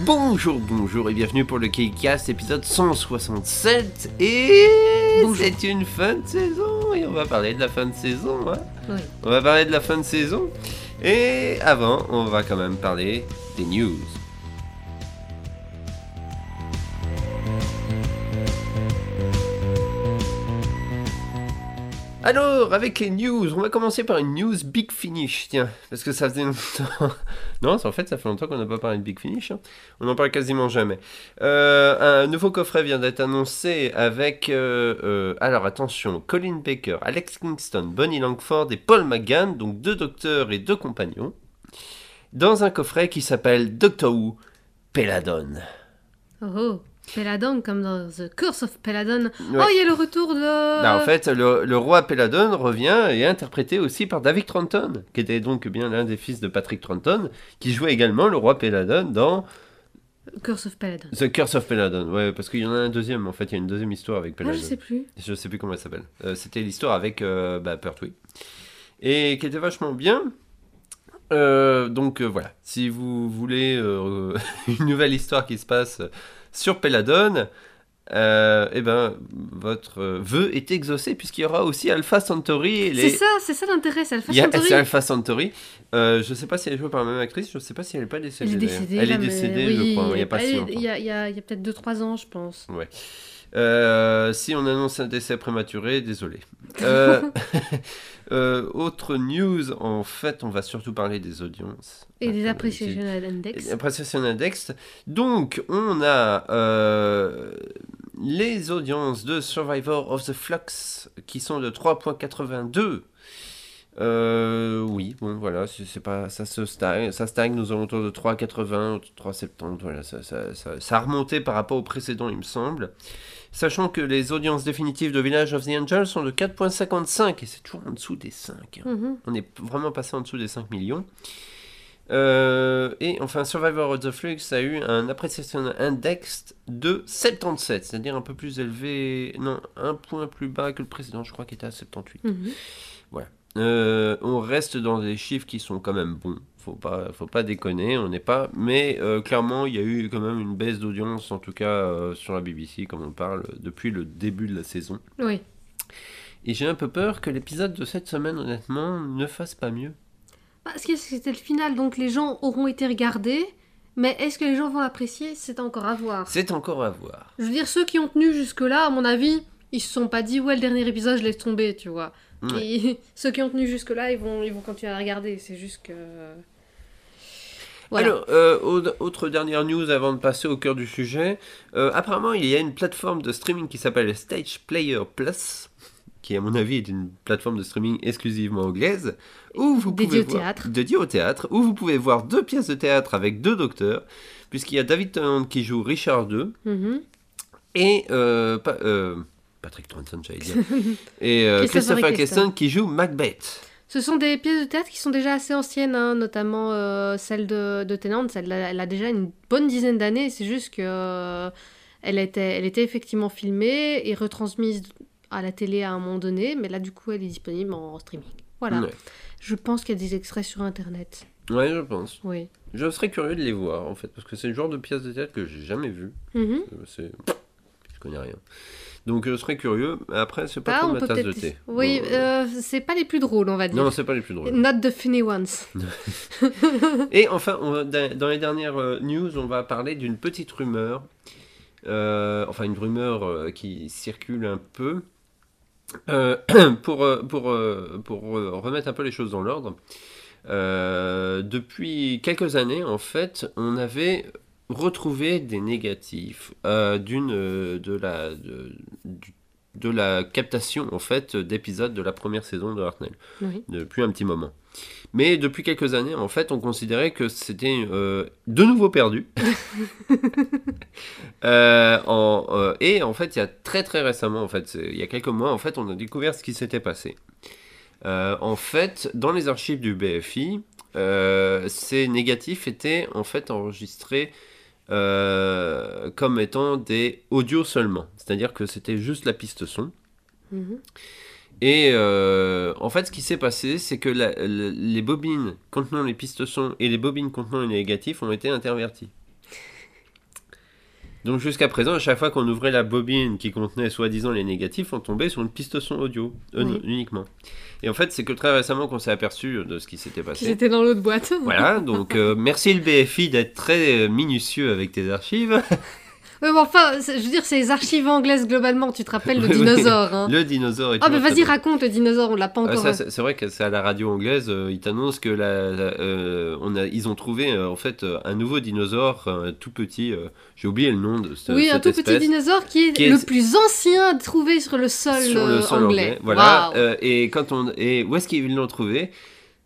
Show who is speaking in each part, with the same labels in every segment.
Speaker 1: Bonjour, bonjour et bienvenue pour le KCast épisode 167 et
Speaker 2: Bonjour.
Speaker 1: c'est une fin de saison et on va parler de la fin de saison. hein.
Speaker 2: Oui.
Speaker 1: On va parler de la fin de saison et avant on va quand même parler des news. Alors, avec les news, on va commencer par une news Big Finish, tiens, parce que ça faisait longtemps. non, en fait, ça fait longtemps qu'on n'a pas parlé de Big Finish. hein. On n'en parle quasiment jamais. Euh, un nouveau coffret vient d'être annoncé avec, euh, euh, alors attention, Colin Baker, Alex Kingston, Bonnie Langford et Paul McGann, donc deux docteurs et deux compagnons, dans un coffret qui s'appelle Doctor Who Peladon.
Speaker 2: Oh, oh. Peladon, comme dans The Curse of Peladon.
Speaker 1: Ouais.
Speaker 2: Oh, il y a le retour de.
Speaker 1: Bah, en fait, le, le roi Peladon revient et est interprété aussi par David Trenton, qui était donc bien l'un des fils de Patrick Trenton, qui jouait également le roi Peladon dans
Speaker 2: Curse of Peladon.
Speaker 1: The Curse of Peladon. Ouais, parce qu'il y en a un deuxième, en fait, il y a une deuxième histoire avec
Speaker 2: Ah,
Speaker 1: Peladon.
Speaker 2: je sais plus.
Speaker 1: je sais plus comment elle s'appelle. Euh, C'était l'histoire avec euh, bah, Pertwee. Et qui était vachement bien. Euh, donc euh, voilà, si vous voulez euh, une nouvelle histoire qui se passe sur Peladon, euh, eh ben, votre euh, vœu est exaucé puisqu'il y aura aussi Alpha Centauri. Et les...
Speaker 2: C'est ça, c'est ça l'intérêt, c'est Alpha
Speaker 1: Il y a
Speaker 2: Centauri.
Speaker 1: c'est Alpha Centauri. Euh, je sais pas si elle est jouée par la même actrice, je sais pas si elle est pas décédée.
Speaker 2: Elle est
Speaker 1: d'ailleurs.
Speaker 2: décédée.
Speaker 1: Elle
Speaker 2: là,
Speaker 1: est
Speaker 2: mais-
Speaker 1: décédée,
Speaker 2: oui,
Speaker 1: je crois, il n'y a pas
Speaker 2: elle
Speaker 1: si
Speaker 2: est-
Speaker 1: longtemps.
Speaker 2: Il y a, il y a- il y a peut-être 2-3 ans, je pense.
Speaker 1: Euh, si on annonce un décès prématuré, désolé. Euh, euh, autre news, en fait, on va surtout parler des audiences.
Speaker 2: Et des
Speaker 1: Attends,
Speaker 2: Appreciation Index.
Speaker 1: et Appreciation Eh Index. Donc, on a euh, les audiences de Survivor of the Flux qui sont de 3.82. Euh, oui, bon, voilà, c'est c'est pas, ça se stagne, ça stagne nous alentours de 3,80, 3,70, voilà, ça, ça, ça, ça a remonté par rapport au précédent, il me semble. Sachant que les audiences définitives de Village of the Angels sont de 4,55, et c'est toujours en dessous des 5. hein.
Speaker 2: Mhm.
Speaker 1: On est vraiment passé en dessous des 5 millions. Euh, et enfin, Survivor of the Flux a eu un appréciation index de 77, c'est-à-dire un peu plus élevé, non, un point plus bas que le précédent, je crois, qui était à 78.
Speaker 2: Mhm.
Speaker 1: Euh, on reste dans des chiffres qui sont quand même bons, faut pas, faut pas déconner, on n'est pas, mais euh, clairement, il y a eu quand même une baisse d'audience, en tout cas euh, sur la BBC, comme on parle, depuis le début de la saison.
Speaker 2: Oui.
Speaker 1: Et j'ai un peu peur que l'épisode de cette semaine, honnêtement, ne fasse pas mieux.
Speaker 2: Parce que c'était le final, donc les gens auront été regardés. Mais est-ce que les gens vont l'apprécier C'est encore à voir.
Speaker 1: C'est encore à voir.
Speaker 2: Je veux dire, ceux qui ont tenu jusque-là, à mon avis, ils se sont pas dit, ouais, le dernier épisode, je laisse tomber, tu vois.
Speaker 1: Ouais.
Speaker 2: Et ceux qui ont tenu jusque-là, ils vont, ils vont continuer à regarder. C'est juste que. euh, Voilà.
Speaker 1: Alors, euh, au- autre dernière news avant de passer au cœur du sujet. Euh, apparemment, il y a une plateforme de streaming qui s'appelle Stage Player Plus, qui à mon avis est une plateforme de streaming exclusivement anglaise, où vous pouvez
Speaker 2: Dédiée au
Speaker 1: voir-
Speaker 2: théâtre.
Speaker 1: dédiée au théâtre, où vous pouvez voir deux pièces de théâtre avec deux docteurs, puisqu'il y a David Tennant qui joue Richard II
Speaker 2: Mhm.
Speaker 1: et euh, pa- euh, Patrick Trenton, j'allais dire, et euh,
Speaker 2: Christopher
Speaker 1: Christopher
Speaker 2: Eccleston.
Speaker 1: Eccleston qui joue Macbeth.
Speaker 2: Ce sont des pièces de théâtre qui sont déjà assez anciennes, hein, notamment euh, celle de, de Tennant. Celle-là, elle a déjà une bonne dizaine d'années. C'est juste que euh, elle, était, elle était effectivement filmée et retransmise à la télé à un moment donné, mais là, du coup, elle est disponible en streaming. Voilà.
Speaker 1: Ouais.
Speaker 2: Je pense qu'il y a des extraits sur Internet.
Speaker 1: ouais, je pense.
Speaker 2: Oui.
Speaker 1: Je serais curieux de les voir en fait, parce que c'est le genre de pièce de théâtre que j'ai jamais vu.
Speaker 2: Mhm.
Speaker 1: Euh, C'est... Je connais rien. Donc euh, je serais curieux. Après, c'est pas
Speaker 2: Ah,
Speaker 1: trop
Speaker 2: on
Speaker 1: ma
Speaker 2: peut
Speaker 1: tasse de
Speaker 2: peut-être.
Speaker 1: thé.
Speaker 2: Oui,
Speaker 1: Bon,
Speaker 2: euh, c'est pas les plus drôles, on va dire.
Speaker 1: Non, c'est pas les plus drôles.
Speaker 2: Not the funny ones.
Speaker 1: Et enfin, on va- dans les dernières euh, news, on va parler d'une petite rumeur. Euh, enfin, une rumeur euh, qui circule un peu. Euh, pour euh, pour, euh, pour euh, remettre un peu les choses dans l'ordre, euh, depuis quelques années, en fait, on avait retrouvé des négatifs euh, d'une euh, de la de, du- de la captation en fait d'épisodes de la première saison de Hartnell
Speaker 2: Oui.
Speaker 1: depuis un petit moment. Mais depuis quelques années, en fait, on considérait que c'était euh, de nouveau perdu. Euh, en, euh, et en fait, il y a très très récemment, en fait, c'est- il y a quelques mois, en fait, on a découvert ce qui s'était passé. Euh, en fait, dans les archives du BFI, euh, ces négatifs étaient en fait enregistrés euh, comme étant des audios seulement. C'est-à-dire que c'était juste la piste son.
Speaker 2: Mhm.
Speaker 1: Et euh, en fait, ce qui s'est passé, c'est que la- le- les bobines contenant les pistes son et les bobines contenant les négatifs ont été interverties. Donc jusqu'à présent, à chaque fois qu'on ouvrait la bobine qui contenait soi-disant les négatifs, on tombait sur une piste son audio euh,
Speaker 2: Oui.
Speaker 1: uniquement. Et en fait, c'est que très récemment qu'on s'est aperçu de ce qui s'était
Speaker 2: Qui
Speaker 1: passé.
Speaker 2: étaient dans l'autre boîte.
Speaker 1: Voilà, donc euh, merci le BFI d'être très euh, minutieux avec tes archives.
Speaker 2: Ouais, mais Euh, enfin, c'est- je veux dire, c'est les archives anglaises globalement, tu te rappelles le
Speaker 1: Oui, oui.
Speaker 2: dinosaure. hein.
Speaker 1: Le dinosaure est
Speaker 2: Ah, mais
Speaker 1: toujours
Speaker 2: vas-y,
Speaker 1: très-
Speaker 2: raconte le dinosaure, on l'a pas
Speaker 1: Ah,
Speaker 2: encore.
Speaker 1: ça, c'est c'est vrai que c'est à la radio anglaise, euh, ils t'annoncent que la, la- euh, on a, ils ont trouvé euh, en fait euh, un nouveau dinosaure euh, tout petit. euh, J'ai oublié le nom de ce,
Speaker 2: oui, un
Speaker 1: cette
Speaker 2: tout petit
Speaker 1: espèce.
Speaker 2: dinosaure qui est,
Speaker 1: Qui est-
Speaker 2: le plus ancien trouvé sur le sol,
Speaker 1: sur le
Speaker 2: euh,
Speaker 1: sol anglais. Voilà.
Speaker 2: Waouh.
Speaker 1: euh, et quand on et où est-ce qu'ils l'ont trouvé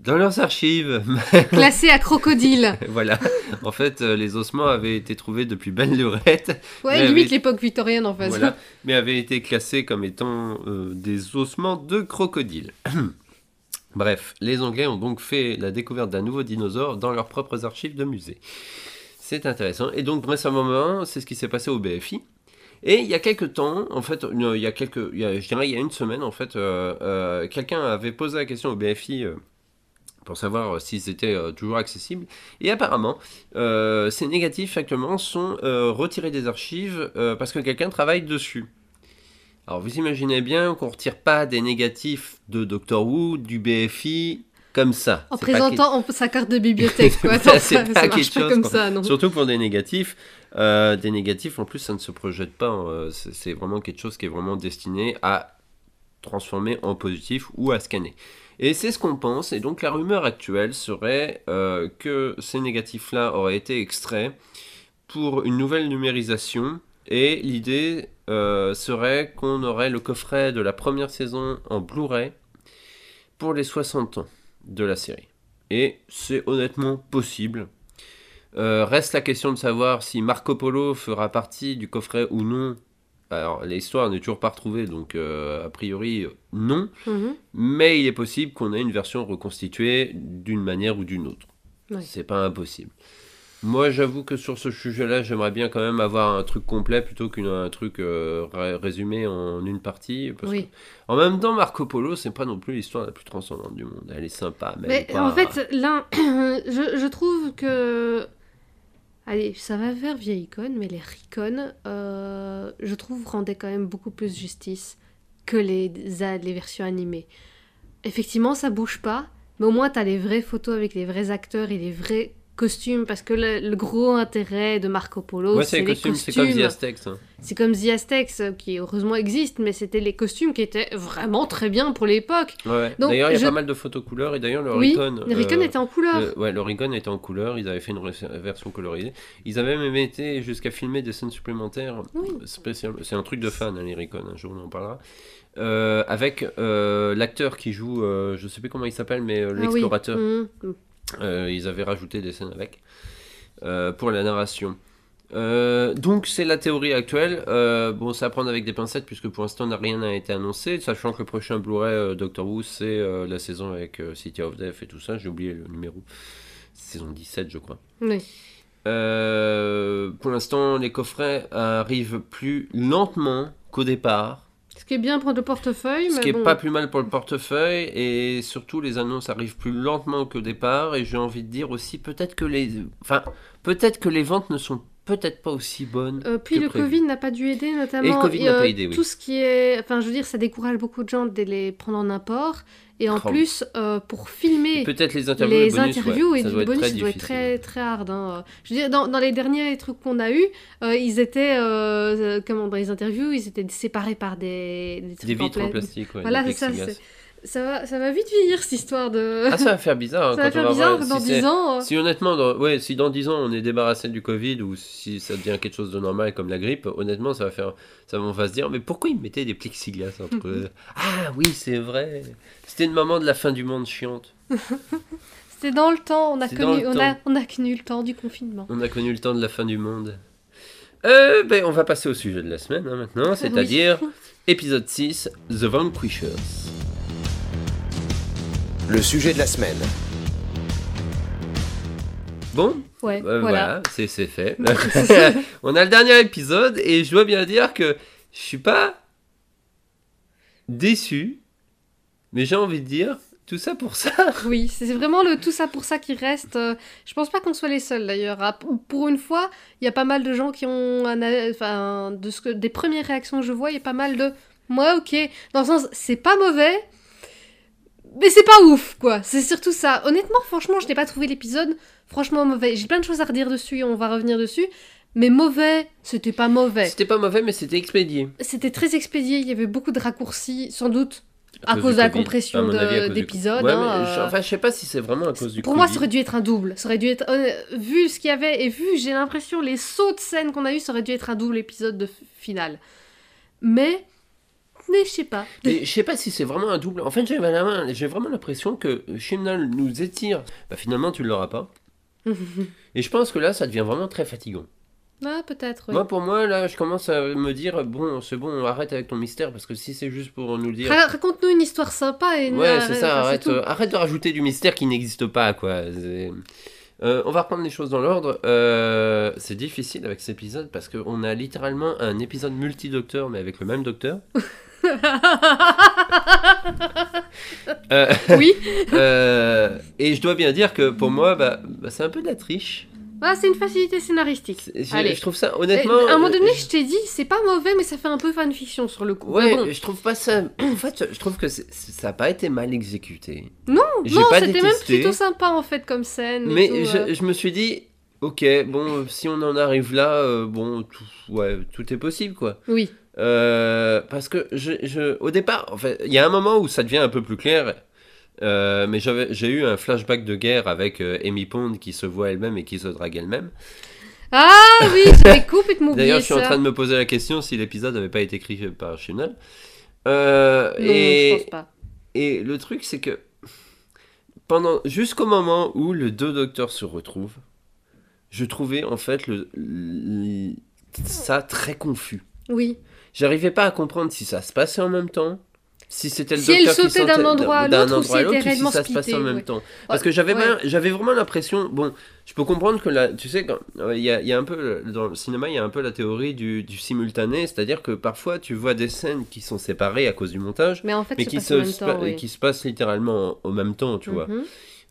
Speaker 1: Dans leurs archives.
Speaker 2: Classé à crocodile.
Speaker 1: voilà. En fait, euh, les ossements avaient été trouvés depuis belle lurette.
Speaker 2: Ouais,
Speaker 1: Mais
Speaker 2: limite
Speaker 1: oui.
Speaker 2: l'époque victorienne en fait.
Speaker 1: Voilà. Mais avaient été classés comme étant euh, des ossements de crocodile. Bref, les Anglais ont donc fait la découverte d'un nouveau dinosaure dans leurs propres archives de musée. C'est intéressant. Et donc, récemment, c'est ce qui s'est passé au BFI. Et il y a quelques temps, en fait, une- il y a quelques, il y a- je dirais il y a une semaine, en fait, euh, euh, quelqu'un avait posé la question au BFI euh, pour savoir euh, si c'était euh, toujours accessible. Et apparemment, euh, ces négatifs actuellement sont euh, retirés des archives euh, parce que quelqu'un travaille dessus. Alors vous imaginez bien qu'on retire pas des négatifs de Doctor Who, du BFI, comme ça.
Speaker 2: En
Speaker 1: C'est pas que-
Speaker 2: présentant en- sa carte de bibliothèque, quoi.
Speaker 1: Voilà,
Speaker 2: Attends,
Speaker 1: c'est
Speaker 2: ça,
Speaker 1: pas
Speaker 2: ça marche
Speaker 1: quelque
Speaker 2: pas
Speaker 1: chose,
Speaker 2: comme
Speaker 1: quoi.
Speaker 2: ça, non.
Speaker 1: Surtout pour des négatifs. Euh, des négatifs, en plus, ça ne se projette pas. hein. C'est c'est vraiment quelque chose qui est vraiment destiné à transformer en positif ou à scanner. Et c'est ce qu'on pense. Et donc la rumeur actuelle serait euh, que ces négatifs-là auraient été extraits pour une nouvelle numérisation. Et l'idée euh, serait qu'on aurait le coffret de la première saison en Blu-ray pour les 60 ans de la série. Et c'est honnêtement possible. Euh, reste la question de savoir si Marco Polo fera partie du coffret ou non. Alors, l'histoire n'est toujours pas retrouvée, donc euh, a priori, euh, non.
Speaker 2: Mhm.
Speaker 1: Mais il est possible qu'on ait une version reconstituée d'une manière ou d'une autre.
Speaker 2: Ouais.
Speaker 1: C'est pas impossible. Moi, j'avoue que sur ce sujet-là, j'aimerais bien quand même avoir un truc complet plutôt qu'un truc euh, ré- résumé en une partie. parce
Speaker 2: Oui.
Speaker 1: que- En même temps, Marco Polo, c'est pas non plus l'histoire la plus transcendante du monde. Elle est sympa, mais,
Speaker 2: Mais
Speaker 1: elle est Ben, pas-
Speaker 2: en fait, là, je, je trouve que. Allez, ça va faire vieille icône, mais les Ricon, euh, je trouve, rendaient quand même beaucoup plus justice que les, les versions animées. Effectivement, ça bouge pas, mais au moins, t'as les vraies photos avec les vrais acteurs et les vrais costumes, parce que le, le gros intérêt de Marco Polo,
Speaker 1: Ouais,
Speaker 2: c'est
Speaker 1: c'est
Speaker 2: les
Speaker 1: costume,
Speaker 2: costumes.
Speaker 1: c'est comme The Aztecs, hein.
Speaker 2: C'est comme The Aztecs, euh, qui heureusement existe, mais c'était les costumes qui étaient vraiment très bien pour l'époque.
Speaker 1: Ouais, ouais.
Speaker 2: Donc,
Speaker 1: D'ailleurs, il y a
Speaker 2: je-
Speaker 1: pas mal de photos couleurs et d'ailleurs le
Speaker 2: Oui,
Speaker 1: Ricon.
Speaker 2: Les Ricon
Speaker 1: euh,
Speaker 2: étaient en couleur.
Speaker 1: le- ouais, le Ricon était en couleur. Ils avaient fait une re- version colorisée. Ils avaient même été jusqu'à filmer des scènes supplémentaires
Speaker 2: Oui.
Speaker 1: spéciales. C'est un truc de fan, hein, les Ricon. Un jour, on en parlera. Euh, avec euh, l'acteur qui joue, euh, je sais plus comment il s'appelle, mais euh,
Speaker 2: Ah oui.
Speaker 1: l'explorateur.
Speaker 2: Mhm.
Speaker 1: Euh, ils avaient rajouté des scènes avec euh, pour la narration. Euh, donc c'est la théorie actuelle. Euh, bon, ça à prendre avec des pincettes puisque pour l'instant rien n'a été annoncé, sachant que le prochain Blu-ray euh, Doctor Who c'est euh, la saison avec euh, City of Death et tout ça. J'ai oublié le numéro, saison 17 je crois.
Speaker 2: Oui.
Speaker 1: Euh, pour l'instant les coffrets arrivent plus lentement qu'au départ.
Speaker 2: Ce qui est bien pour le portefeuille,
Speaker 1: Ce
Speaker 2: mais
Speaker 1: qui est
Speaker 2: bon.
Speaker 1: pas plus mal pour le portefeuille et surtout les annonces arrivent plus lentement qu'au départ et j'ai envie de dire aussi peut-être que les enfin peut-être que les ventes ne sont peut-être pas aussi bonnes.
Speaker 2: Euh, puis
Speaker 1: que
Speaker 2: le
Speaker 1: prévu.
Speaker 2: Covid n'a pas dû aider, notamment. euh,
Speaker 1: Covid n'a pas aidé, oui.
Speaker 2: Tout ce qui est. Enfin, je veux dire, ça décourage beaucoup de gens de les prendre en import. Et en
Speaker 1: Oh.
Speaker 2: plus, euh, pour
Speaker 1: Et
Speaker 2: filmer
Speaker 1: Peut-être les interviews,
Speaker 2: les
Speaker 1: et bonus, ouais,
Speaker 2: interviews et
Speaker 1: ça
Speaker 2: du
Speaker 1: doit être
Speaker 2: bonus,
Speaker 1: très
Speaker 2: ça doit être
Speaker 1: difficile.
Speaker 2: très, très hard. hein. Je veux dire, dans, dans les derniers trucs qu'on a eu, ils étaient. euh, euh, comment Dans les interviews, ils étaient séparés par des. trucs
Speaker 1: des
Speaker 2: en
Speaker 1: vitres en
Speaker 2: pla-
Speaker 1: plastique. ouais,
Speaker 2: Voilà,
Speaker 1: des
Speaker 2: c'est ça,
Speaker 1: plexiglas.
Speaker 2: Ça va, ça va vite vieillir cette histoire de.
Speaker 1: Ah ça va faire bizarre. hein,
Speaker 2: ça va
Speaker 1: quand on
Speaker 2: faire bizarre
Speaker 1: voir,
Speaker 2: dans
Speaker 1: si
Speaker 2: 10
Speaker 1: c'est-
Speaker 2: ans. euh.
Speaker 1: Si honnêtement, dans- ouais, si dans 10 ans on est débarrassé du Covid ou si ça devient quelque chose de normal comme la grippe, honnêtement ça va faire, ça on va se dire mais pourquoi ils mettaient des plexiglas entre eux Ah oui c'est vrai, c'était le moment de la fin du monde chiante.
Speaker 2: C'était dans le temps, on a,
Speaker 1: C'est dans
Speaker 2: connu,
Speaker 1: le
Speaker 2: on, a,
Speaker 1: temps.
Speaker 2: on a connu le temps du confinement.
Speaker 1: On a connu le temps de la fin du monde. Euh, ben, on va passer au sujet de la semaine hein,
Speaker 2: Ah
Speaker 1: maintenant, c'est-à-dire épisode 6, The Vanquishers.
Speaker 3: Le sujet de la semaine.
Speaker 1: Bon,
Speaker 2: Ouais,
Speaker 1: euh,
Speaker 2: voilà.
Speaker 1: voilà, c'est c'est fait. on a le dernier épisode et je dois bien dire que je suis pas déçu, mais j'ai envie de dire Tout ça pour ça
Speaker 2: Oui, c'est vraiment le tout ça pour ça qui reste. Euh, Je pense pas qu'on soit les seuls d'ailleurs. Ah, p- Pour une fois, il y a pas mal de gens qui ont un a- enfin de ce que des premières réactions que je vois, il y a pas mal de moi OK. Dans le sens c'est pas mauvais. Mais c'est pas ouf quoi, c'est surtout ça. Honnêtement, franchement, je n'ai pas trouvé l'épisode franchement mauvais. J'ai plein de choses à redire dessus et on va revenir dessus. Mais mauvais, c'était pas mauvais.
Speaker 1: C'était pas mauvais, mais c'était expédié.
Speaker 2: C'était très expédié, il y avait beaucoup de raccourcis, sans doute à cause de la compression de- d'épisodes.
Speaker 1: d'épisodes. Ouais,
Speaker 2: hein,
Speaker 1: mais je-
Speaker 2: euh,
Speaker 1: Enfin, je sais pas si c'est vraiment à cause du
Speaker 2: Pour moi,
Speaker 1: Covid.
Speaker 2: ça aurait dû être un double. Ça aurait dû être euh, vu ce qu'il y avait et vu, j'ai l'impression les sauts de scène qu'on a eu, ça aurait dû être un double épisode de f- finale. Mais, mais je sais pas.
Speaker 1: Mais je sais pas si c'est vraiment un double. En fait, j'ai vraiment, j'ai vraiment l'impression que Shimnal nous étire. Bah, finalement, tu l'auras pas. Et je pense que là, ça devient vraiment très fatigant.
Speaker 2: ah, peut-être. oui.
Speaker 1: Moi, pour moi, là, je commence à me dire bon, c'est bon, arrête avec ton mystère parce que si c'est juste pour nous dire.
Speaker 2: Ra- Raconte-nous une histoire sympa et
Speaker 1: Ouais,
Speaker 2: euh,
Speaker 1: c'est
Speaker 2: enfin,
Speaker 1: ça, arrête,
Speaker 2: tout.
Speaker 1: euh, arrête de rajouter du mystère qui n'existe pas, quoi. C'est- Euh, on va reprendre les choses dans l'ordre. Euh, c'est difficile avec cet épisode parce qu'on a littéralement un épisode multi-docteur, mais avec le même docteur. Euh,
Speaker 2: oui.
Speaker 1: euh, et je dois bien dire que pour moi, bah, bah, c'est un peu de la triche.
Speaker 2: Ah, c'est une facilité scénaristique.
Speaker 1: C'est- Je,
Speaker 2: Allez.
Speaker 1: je trouve ça,
Speaker 2: Eh,
Speaker 1: honnêtement.
Speaker 2: À un moment
Speaker 1: euh,
Speaker 2: donné,
Speaker 1: je-
Speaker 2: je t'ai dit, c'est pas mauvais, mais ça fait un peu fanfiction sur le coup.
Speaker 1: Ouais,
Speaker 2: Mais bon.
Speaker 1: je trouve pas ça. En fait, je trouve que c'est- ça n'a pas été mal exécuté.
Speaker 2: Non,
Speaker 1: J'ai
Speaker 2: non,
Speaker 1: pas
Speaker 2: c'était même
Speaker 1: détesté.
Speaker 2: plutôt sympa en fait comme scène. et
Speaker 1: Mais
Speaker 2: tout, euh.
Speaker 1: je, je me suis dit, ok, bon, si on en arrive là, euh, bon, tout, ouais, tout est possible, quoi.
Speaker 2: Oui.
Speaker 1: Euh, parce que je, je- au départ, en fait, il y a un moment où ça devient un peu plus clair. euh, mais j'avais- j'ai eu un flashback de guerre avec euh, Amy Pond qui se voit elle-même et qui se drague elle-même.
Speaker 2: Ah oui, tu les coupes et tu m'oublies.
Speaker 1: D'ailleurs, je suis en
Speaker 2: ça.
Speaker 1: train de me poser la question si l'épisode n'avait pas été écrit par Shinal.
Speaker 2: Non,
Speaker 1: et,
Speaker 2: je pense pas.
Speaker 1: et le truc, c'est que pendant jusqu'au moment où les deux docteurs se retrouvent, je trouvais en fait le, le- ça très confus.
Speaker 2: Oui.
Speaker 1: J'arrivais pas à comprendre si ça se passait en même temps, si c'était le
Speaker 2: Si elle
Speaker 1: docteur qui
Speaker 2: sautait d'un
Speaker 1: sortait-
Speaker 2: endroit à
Speaker 1: d'un
Speaker 2: l'autre ou
Speaker 1: endroit
Speaker 2: si elle était
Speaker 1: ou
Speaker 2: réellement
Speaker 1: si ça se passait en
Speaker 2: splittée,
Speaker 1: même
Speaker 2: ouais.
Speaker 1: temps. Parce que j'avais
Speaker 2: Ouais.
Speaker 1: bien- j'avais vraiment l'impression, bon, je peux comprendre que là, tu sais, quand- euh, il y, a, il y a un peu, le- dans le cinéma, il y a un peu la théorie du, du simultané, c'est-à-dire que parfois tu vois des scènes qui sont séparées à cause du montage,
Speaker 2: Mais en fait,
Speaker 1: mais
Speaker 2: c'est
Speaker 1: qui
Speaker 2: pas
Speaker 1: se,
Speaker 2: en même
Speaker 1: se
Speaker 2: temps.
Speaker 1: pa-
Speaker 2: oui.
Speaker 1: qui se passe littéralement en en même temps, tu vois.
Speaker 2: Mhm.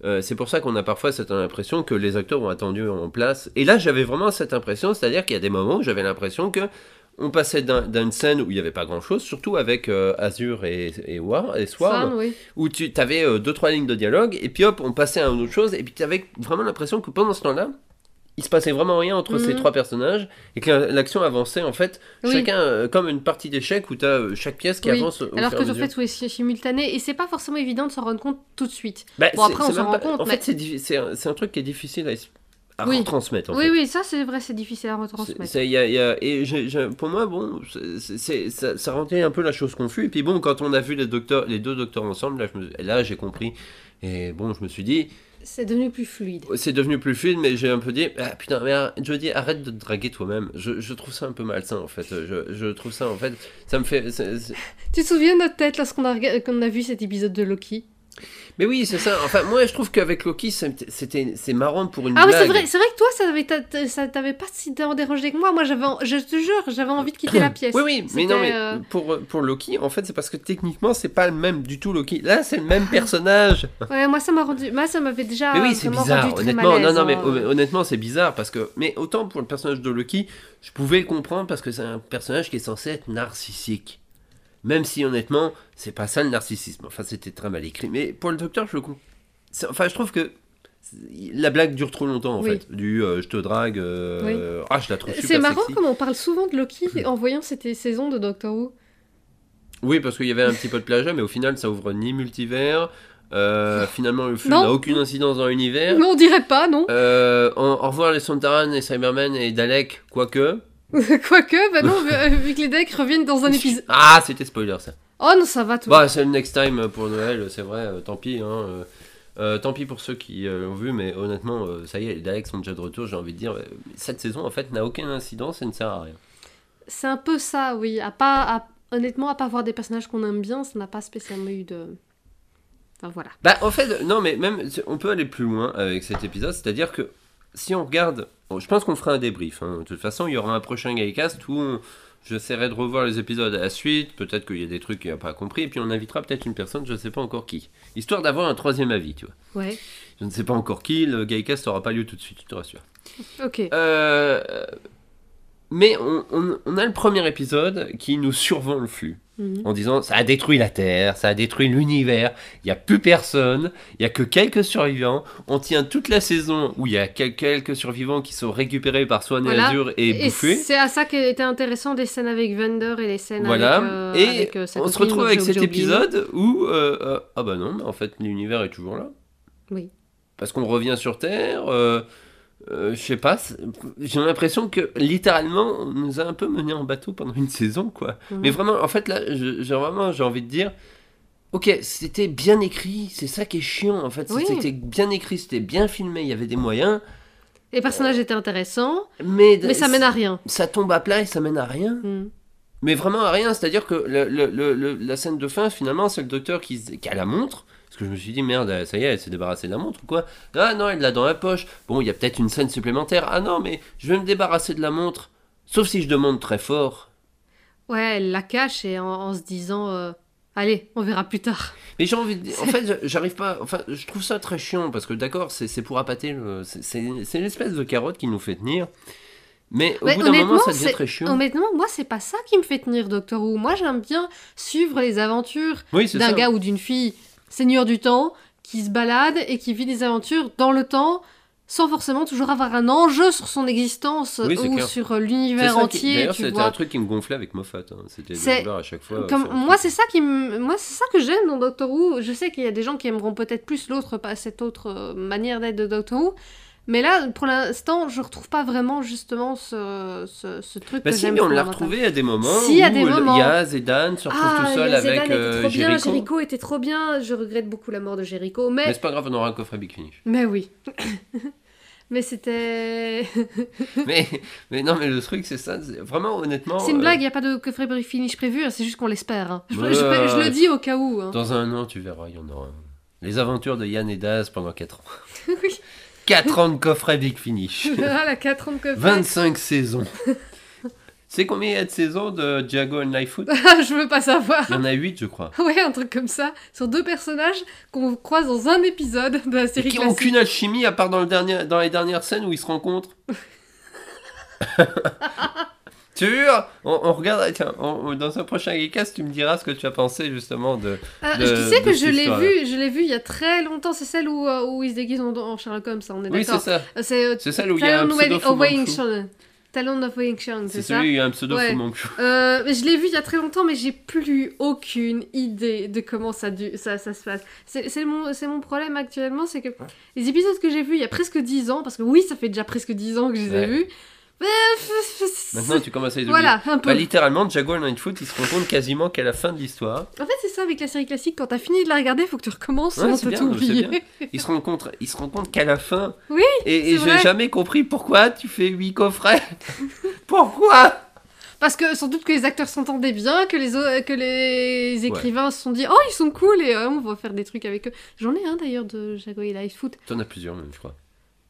Speaker 1: Euh, c'est pour ça qu'on a parfois cette impression que les acteurs ont attendu en place. Et là, j'avais vraiment cette impression, c'est-à-dire qu'il y a des moments où j'avais l'impression que on passait d'un- d'une scène où il n'y avait pas grand-chose, surtout avec euh, Azur et, et, War, et Swarm,
Speaker 2: Swarm, oui.
Speaker 1: où tu avais deux trois lignes de dialogue, et puis hop, on passait à une autre chose, et puis tu avais vraiment l'impression que pendant ce temps-là, il se passait vraiment rien entre ces
Speaker 2: Mhm.
Speaker 1: trois personnages, et que la- l'action avançait en fait,
Speaker 2: Oui.
Speaker 1: chacun euh, comme une partie d'échec où tu as chaque pièce qui
Speaker 2: Oui.
Speaker 1: avance. au
Speaker 2: Alors
Speaker 1: fur
Speaker 2: que
Speaker 1: et à
Speaker 2: en
Speaker 1: mesure.
Speaker 2: fait, oui, c'est simultané et c'est pas forcément évident de s'en rendre compte tout de suite.
Speaker 1: Bah,
Speaker 2: Bon,
Speaker 1: c'est-
Speaker 2: après, on
Speaker 1: c'est
Speaker 2: s'en
Speaker 1: même
Speaker 2: rend
Speaker 1: pas- En
Speaker 2: compte,
Speaker 1: fait, c'est diffi- c'est un, c'est un truc qui est difficile à, es- à
Speaker 2: Oui.
Speaker 1: retransmettre. En
Speaker 2: oui,
Speaker 1: fait.
Speaker 2: oui, ça c'est vrai, c'est difficile à
Speaker 1: C'est-
Speaker 2: retransmettre.
Speaker 1: c'est- il y a- il y a- et j'ai- j'ai- pour moi, bon, c'est- c'est- ça, ça rendait un peu la chose confuse. Et puis bon, quand on a vu les, docteurs, les deux docteurs ensemble, là, je me- là, j'ai compris. Et bon, je me suis dit,
Speaker 2: C'est devenu plus fluide.
Speaker 1: c'est devenu plus fluide, mais j'ai un peu dit, ah, putain, mais ar- Jody, arrête de te draguer toi-même. Je, je trouve ça un peu malsain, en fait. Je, je trouve ça, en fait, ça me fait. c'est- c'est-
Speaker 2: Tu te souviens de notre tête lorsqu'on a, rega- qu'on a vu cet épisode de Loki
Speaker 1: Mais oui, c'est ça. Enfin, moi, je trouve qu'avec Loki, c'était- c'était, c'est marrant pour une
Speaker 2: Ah oui, c'est
Speaker 1: blague.
Speaker 2: vrai, c'est vrai que toi, ça t'avait- t'a- t'a- ça t'avait pas si dérangé que moi. Moi, j'avais, en- je te jure, j'avais envie de quitter la pièce.
Speaker 1: Oui, oui, mais
Speaker 2: C'était,
Speaker 1: non, mais
Speaker 2: euh,
Speaker 1: pour, pour Loki, en fait, c'est parce que techniquement, c'est pas le même du tout Loki. Là, c'est le même personnage.
Speaker 2: Ouais, moi, ça m'a rendu, moi, ça m'avait déjà.
Speaker 1: mais oui, c'est
Speaker 2: Ah, vraiment
Speaker 1: bizarre,
Speaker 2: rendu très
Speaker 1: honnêtement.
Speaker 2: malaise,
Speaker 1: non, non, mais
Speaker 2: hein.
Speaker 1: hon- honnêtement, c'est bizarre parce que. Mais autant pour le personnage de Loki, je pouvais le comprendre parce que c'est un personnage qui est censé être narcissique. Même si, honnêtement, c'est pas ça le narcissisme. Enfin, c'était très mal écrit. Mais pour le docteur, je le comprends. Enfin, je trouve que. c'est- La blague dure trop longtemps en
Speaker 2: Oui.
Speaker 1: fait. Du euh, je te drague, euh, ah je la trouve super
Speaker 2: C'est marrant
Speaker 1: sexy.
Speaker 2: comme on parle souvent de Loki en voyant cette saison de Doctor Who.
Speaker 1: Oui, parce qu'il y avait un petit peu de plagiat, mais au final, ça ouvre ni multivers. euh, finalement, le film
Speaker 2: Non.
Speaker 1: n'a aucune incidence dans l'univers.
Speaker 2: Non, on dirait pas, non
Speaker 1: Euh, en- au revoir les Sontaran et Cybermen et Dalek, quoique.
Speaker 2: Quoique, bah non, vu, euh, vu que les decks reviennent dans un épisode.
Speaker 1: Ah, c'était spoiler ça.
Speaker 2: Oh non, ça va tout.
Speaker 1: Bah, c'est le next time pour Noël, c'est vrai, euh, tant pis. hein, euh, euh, tant pis pour ceux qui euh, l'ont vu, mais honnêtement, euh, ça y est, les Daleks sont déjà de retour. J'ai envie de dire, euh, cette saison en fait n'a aucune incidence et ne sert à rien.
Speaker 2: C'est un peu ça, oui. À pas, à- honnêtement, à pas voir des personnages qu'on aime bien, ça n'a pas spécialement eu de. Enfin voilà.
Speaker 1: Bah, en fait, non, mais même, on peut aller plus loin avec cet épisode, c'est-à-dire que si on regarde, bon, je pense qu'on fera un débrief, hein. de toute façon, il y aura un prochain Galecast où on, J'essaierai de revoir les épisodes à la suite. Peut-être qu'il y a des trucs qu'il n'a pas compris. Et puis on invitera peut-être une personne, je ne sais pas encore qui. Histoire d'avoir un troisième avis, tu vois.
Speaker 2: Ouais,
Speaker 1: Je ne sais pas encore qui. Le Gaïcast n'aura pas lieu tout de suite, je te rassure.
Speaker 2: ok.
Speaker 1: Euh, mais on, on- on a le premier épisode qui nous survend le flux.
Speaker 2: Mhm.
Speaker 1: En disant, ça a détruit la Terre, ça a détruit l'univers, il n'y a plus personne, il n'y a que quelques survivants. On tient toute la saison où il y a quel- quelques survivants qui sont récupérés par Swan et
Speaker 2: Voilà.
Speaker 1: Azur et, bouffés.
Speaker 2: c'est à ça qu'étaient intéressant des scènes avec Vander et les scènes
Speaker 1: Voilà.
Speaker 2: avec, euh,
Speaker 1: et
Speaker 2: avec, euh, sa
Speaker 1: on se
Speaker 2: copine,
Speaker 1: retrouve
Speaker 2: dont
Speaker 1: avec
Speaker 2: j'ai-
Speaker 1: cet
Speaker 2: j'ai oublié.
Speaker 1: épisode où, euh, euh, ah bah non, mais en fait, l'univers est toujours là.
Speaker 2: Oui.
Speaker 1: Parce qu'on revient sur Terre. euh, euh, je sais pas, c'est- j'ai l'impression que littéralement on nous a un peu mené en bateau pendant une saison quoi.
Speaker 2: Mhm.
Speaker 1: Mais vraiment, en fait, là, je- j'ai vraiment j'ai envie de dire, ok, c'était bien écrit, c'est ça qui est chiant, en fait,
Speaker 2: Oui.
Speaker 1: c'était bien écrit, c'était bien filmé, il y avait des moyens,
Speaker 2: Les
Speaker 1: Euh,
Speaker 2: personnages étaient intéressants,
Speaker 1: mais,
Speaker 2: mais ça mène à rien.
Speaker 1: ça tombe à plat et ça mène à rien.
Speaker 2: Mhm.
Speaker 1: Mais vraiment à rien, c'est-à-dire que le- le- le- le- la scène de fin, finalement, c'est le docteur qui, se- qui a la montre. Parce que je me suis dit, merde, ça y est, elle s'est débarrassée de la montre ou quoi Ah non, elle l'a dans la poche. Bon, il y a peut-être une scène supplémentaire. Ah non, mais je vais me débarrasser de la montre. Sauf si je demande très fort.
Speaker 2: Ouais, elle la cache et en, en se disant euh, Allez, on verra plus tard.
Speaker 1: Mais j'ai envie de dire, en fait, je- j'arrive pas, enfin, je trouve ça très chiant parce que d'accord, c'est c'est pour appâter, le- c'est- c'est c'est l'espèce de carotte qui nous fait tenir. Mais au
Speaker 2: Ouais,
Speaker 1: bout d'un moment,
Speaker 2: honnêtement,
Speaker 1: ça devient
Speaker 2: c'est-
Speaker 1: très chiant.
Speaker 2: Honnêtement, moi, c'est pas ça qui me fait tenir Doctor Who. Moi, j'aime bien suivre les aventures
Speaker 1: Oui, c'est
Speaker 2: d'un
Speaker 1: ça.
Speaker 2: gars ou d'une fille seigneur du temps qui se balade et qui vit des aventures dans le temps sans forcément toujours avoir un enjeu sur son existence
Speaker 1: Oui, c'est
Speaker 2: ou
Speaker 1: clair.
Speaker 2: sur euh,
Speaker 1: C'est
Speaker 2: l'univers
Speaker 1: ça qui-
Speaker 2: entier,
Speaker 1: D'ailleurs,
Speaker 2: tu
Speaker 1: c'était un
Speaker 2: vois.
Speaker 1: truc qui me gonflait avec Moffat. hein. C'était de
Speaker 2: C'est-
Speaker 1: vouloir à chaque fois.
Speaker 2: Comme-
Speaker 1: faire un
Speaker 2: moi,
Speaker 1: truc.
Speaker 2: c'est ça qui, m- moi, c'est ça que j'aime dans Doctor Who. Je sais qu'il y a des gens qui aimeront peut-être plus l'autre, pas cette autre euh, manière d'être de Doctor Who. Mais là, pour l'instant, je retrouve pas vraiment justement ce, ce, ce truc
Speaker 1: Bah
Speaker 2: que
Speaker 1: si,
Speaker 2: j'aime
Speaker 1: mais on l'a
Speaker 2: fondamentalement.
Speaker 1: retrouvé à des moments
Speaker 2: Si, à
Speaker 1: où
Speaker 2: des
Speaker 1: le-
Speaker 2: moments.
Speaker 1: Yaz et Dan se retrouvent tout seuls
Speaker 2: Yazdan
Speaker 1: avec
Speaker 2: était
Speaker 1: euh,
Speaker 2: trop bien,
Speaker 1: Jericho.
Speaker 2: Jericho était trop bien. Je regrette beaucoup la mort de Jericho, mais
Speaker 1: Mais c'est pas grave, on aura un coffre à Big Finish.
Speaker 2: Mais oui. mais c'était.
Speaker 1: mais, mais non, mais le truc, c'est ça. c'est- Vraiment, honnêtement.
Speaker 2: c'est une
Speaker 1: euh,
Speaker 2: blague, il n'y a pas de coffret brief finish prévu, hein, c'est juste qu'on l'espère. hein. Je, je-
Speaker 1: Ouais.
Speaker 2: je- je le dis au cas où. hein.
Speaker 1: Dans un an, tu verras, il y en aura un. Les aventures de Yann et Daz pendant 4 ans.
Speaker 2: oui.
Speaker 1: 4 ans de coffret Big Finish.
Speaker 2: Ah, la 4 ans de coffret.
Speaker 1: 25 saisons. C'est combien il y a de saisons de Diago and Lightfoot
Speaker 2: Ah, je veux pas savoir.
Speaker 1: Il y en a 8, je crois.
Speaker 2: Ouais, un truc comme ça, sur deux personnages qu'on croise dans un épisode de la
Speaker 1: Et
Speaker 2: série
Speaker 1: qui n'ont
Speaker 2: classique.
Speaker 1: aucune alchimie à part dans, le dernier, dans les dernières scènes où ils se rencontrent. tu jures on, on regarde. Tiens, on- on- dans un prochain Geekcast, tu me diras ce que tu as pensé justement de.
Speaker 2: Ah,
Speaker 1: de-
Speaker 2: je sais
Speaker 1: de
Speaker 2: que je
Speaker 1: cette
Speaker 2: l'ai
Speaker 1: histoire-là.
Speaker 2: vu, je l'ai vu il y a très longtemps, c'est celle où, euh, où il se déguise en, en Sherlock Holmes, ça, on est
Speaker 1: Oui, c'est
Speaker 2: d'accord.
Speaker 1: ça.
Speaker 2: Euh, C'est euh,
Speaker 1: C'est celle où il y a un
Speaker 2: Talon
Speaker 1: pseudo
Speaker 2: of
Speaker 1: fou
Speaker 2: Wing
Speaker 1: manchou.
Speaker 2: Chun. Talon of Wing Chun,
Speaker 1: C'est
Speaker 2: c'est ça
Speaker 1: celui où il y a un pseudo
Speaker 2: Ouais.
Speaker 1: fou manchou.
Speaker 2: Euh, je l'ai vu il y a très longtemps, mais j'ai plus aucune idée de comment ça, du- ça, ça se passe. C'est c'est mon, c'est mon problème actuellement, c'est que les épisodes que j'ai vus il y a presque 10 ans, parce que oui, ça fait déjà presque 10 ans que je les ai
Speaker 1: Ouais.
Speaker 2: vus. mais- euh,
Speaker 1: Maintenant, tu commences à les oublier.
Speaker 2: voilà, un peu.
Speaker 1: Bah, littéralement, Jago and Lightfoot, ils se rencontrent quasiment qu'à la fin de l'histoire.
Speaker 2: En fait, c'est ça avec la série classique, quand t'as fini de la regarder, faut que tu recommences,
Speaker 1: Ouais,
Speaker 2: sinon
Speaker 1: c'est
Speaker 2: t'as
Speaker 1: bien,
Speaker 2: tout
Speaker 1: c'est
Speaker 2: oublié.
Speaker 1: bien. Ils se rencontrent, ils se rencontrent qu'à la fin.
Speaker 2: Oui,
Speaker 1: Et, et
Speaker 2: c'est
Speaker 1: j'ai
Speaker 2: vrai.
Speaker 1: jamais compris pourquoi tu fais huit coffrets. pourquoi
Speaker 2: Parce que sans doute que les acteurs s'entendaient bien, que les, au- que les écrivains se sont dit Oh, ils sont cool et euh, on va faire des trucs avec eux. J'en ai un d'ailleurs de Jago et Lightfoot.
Speaker 1: T'en as plusieurs même, je crois.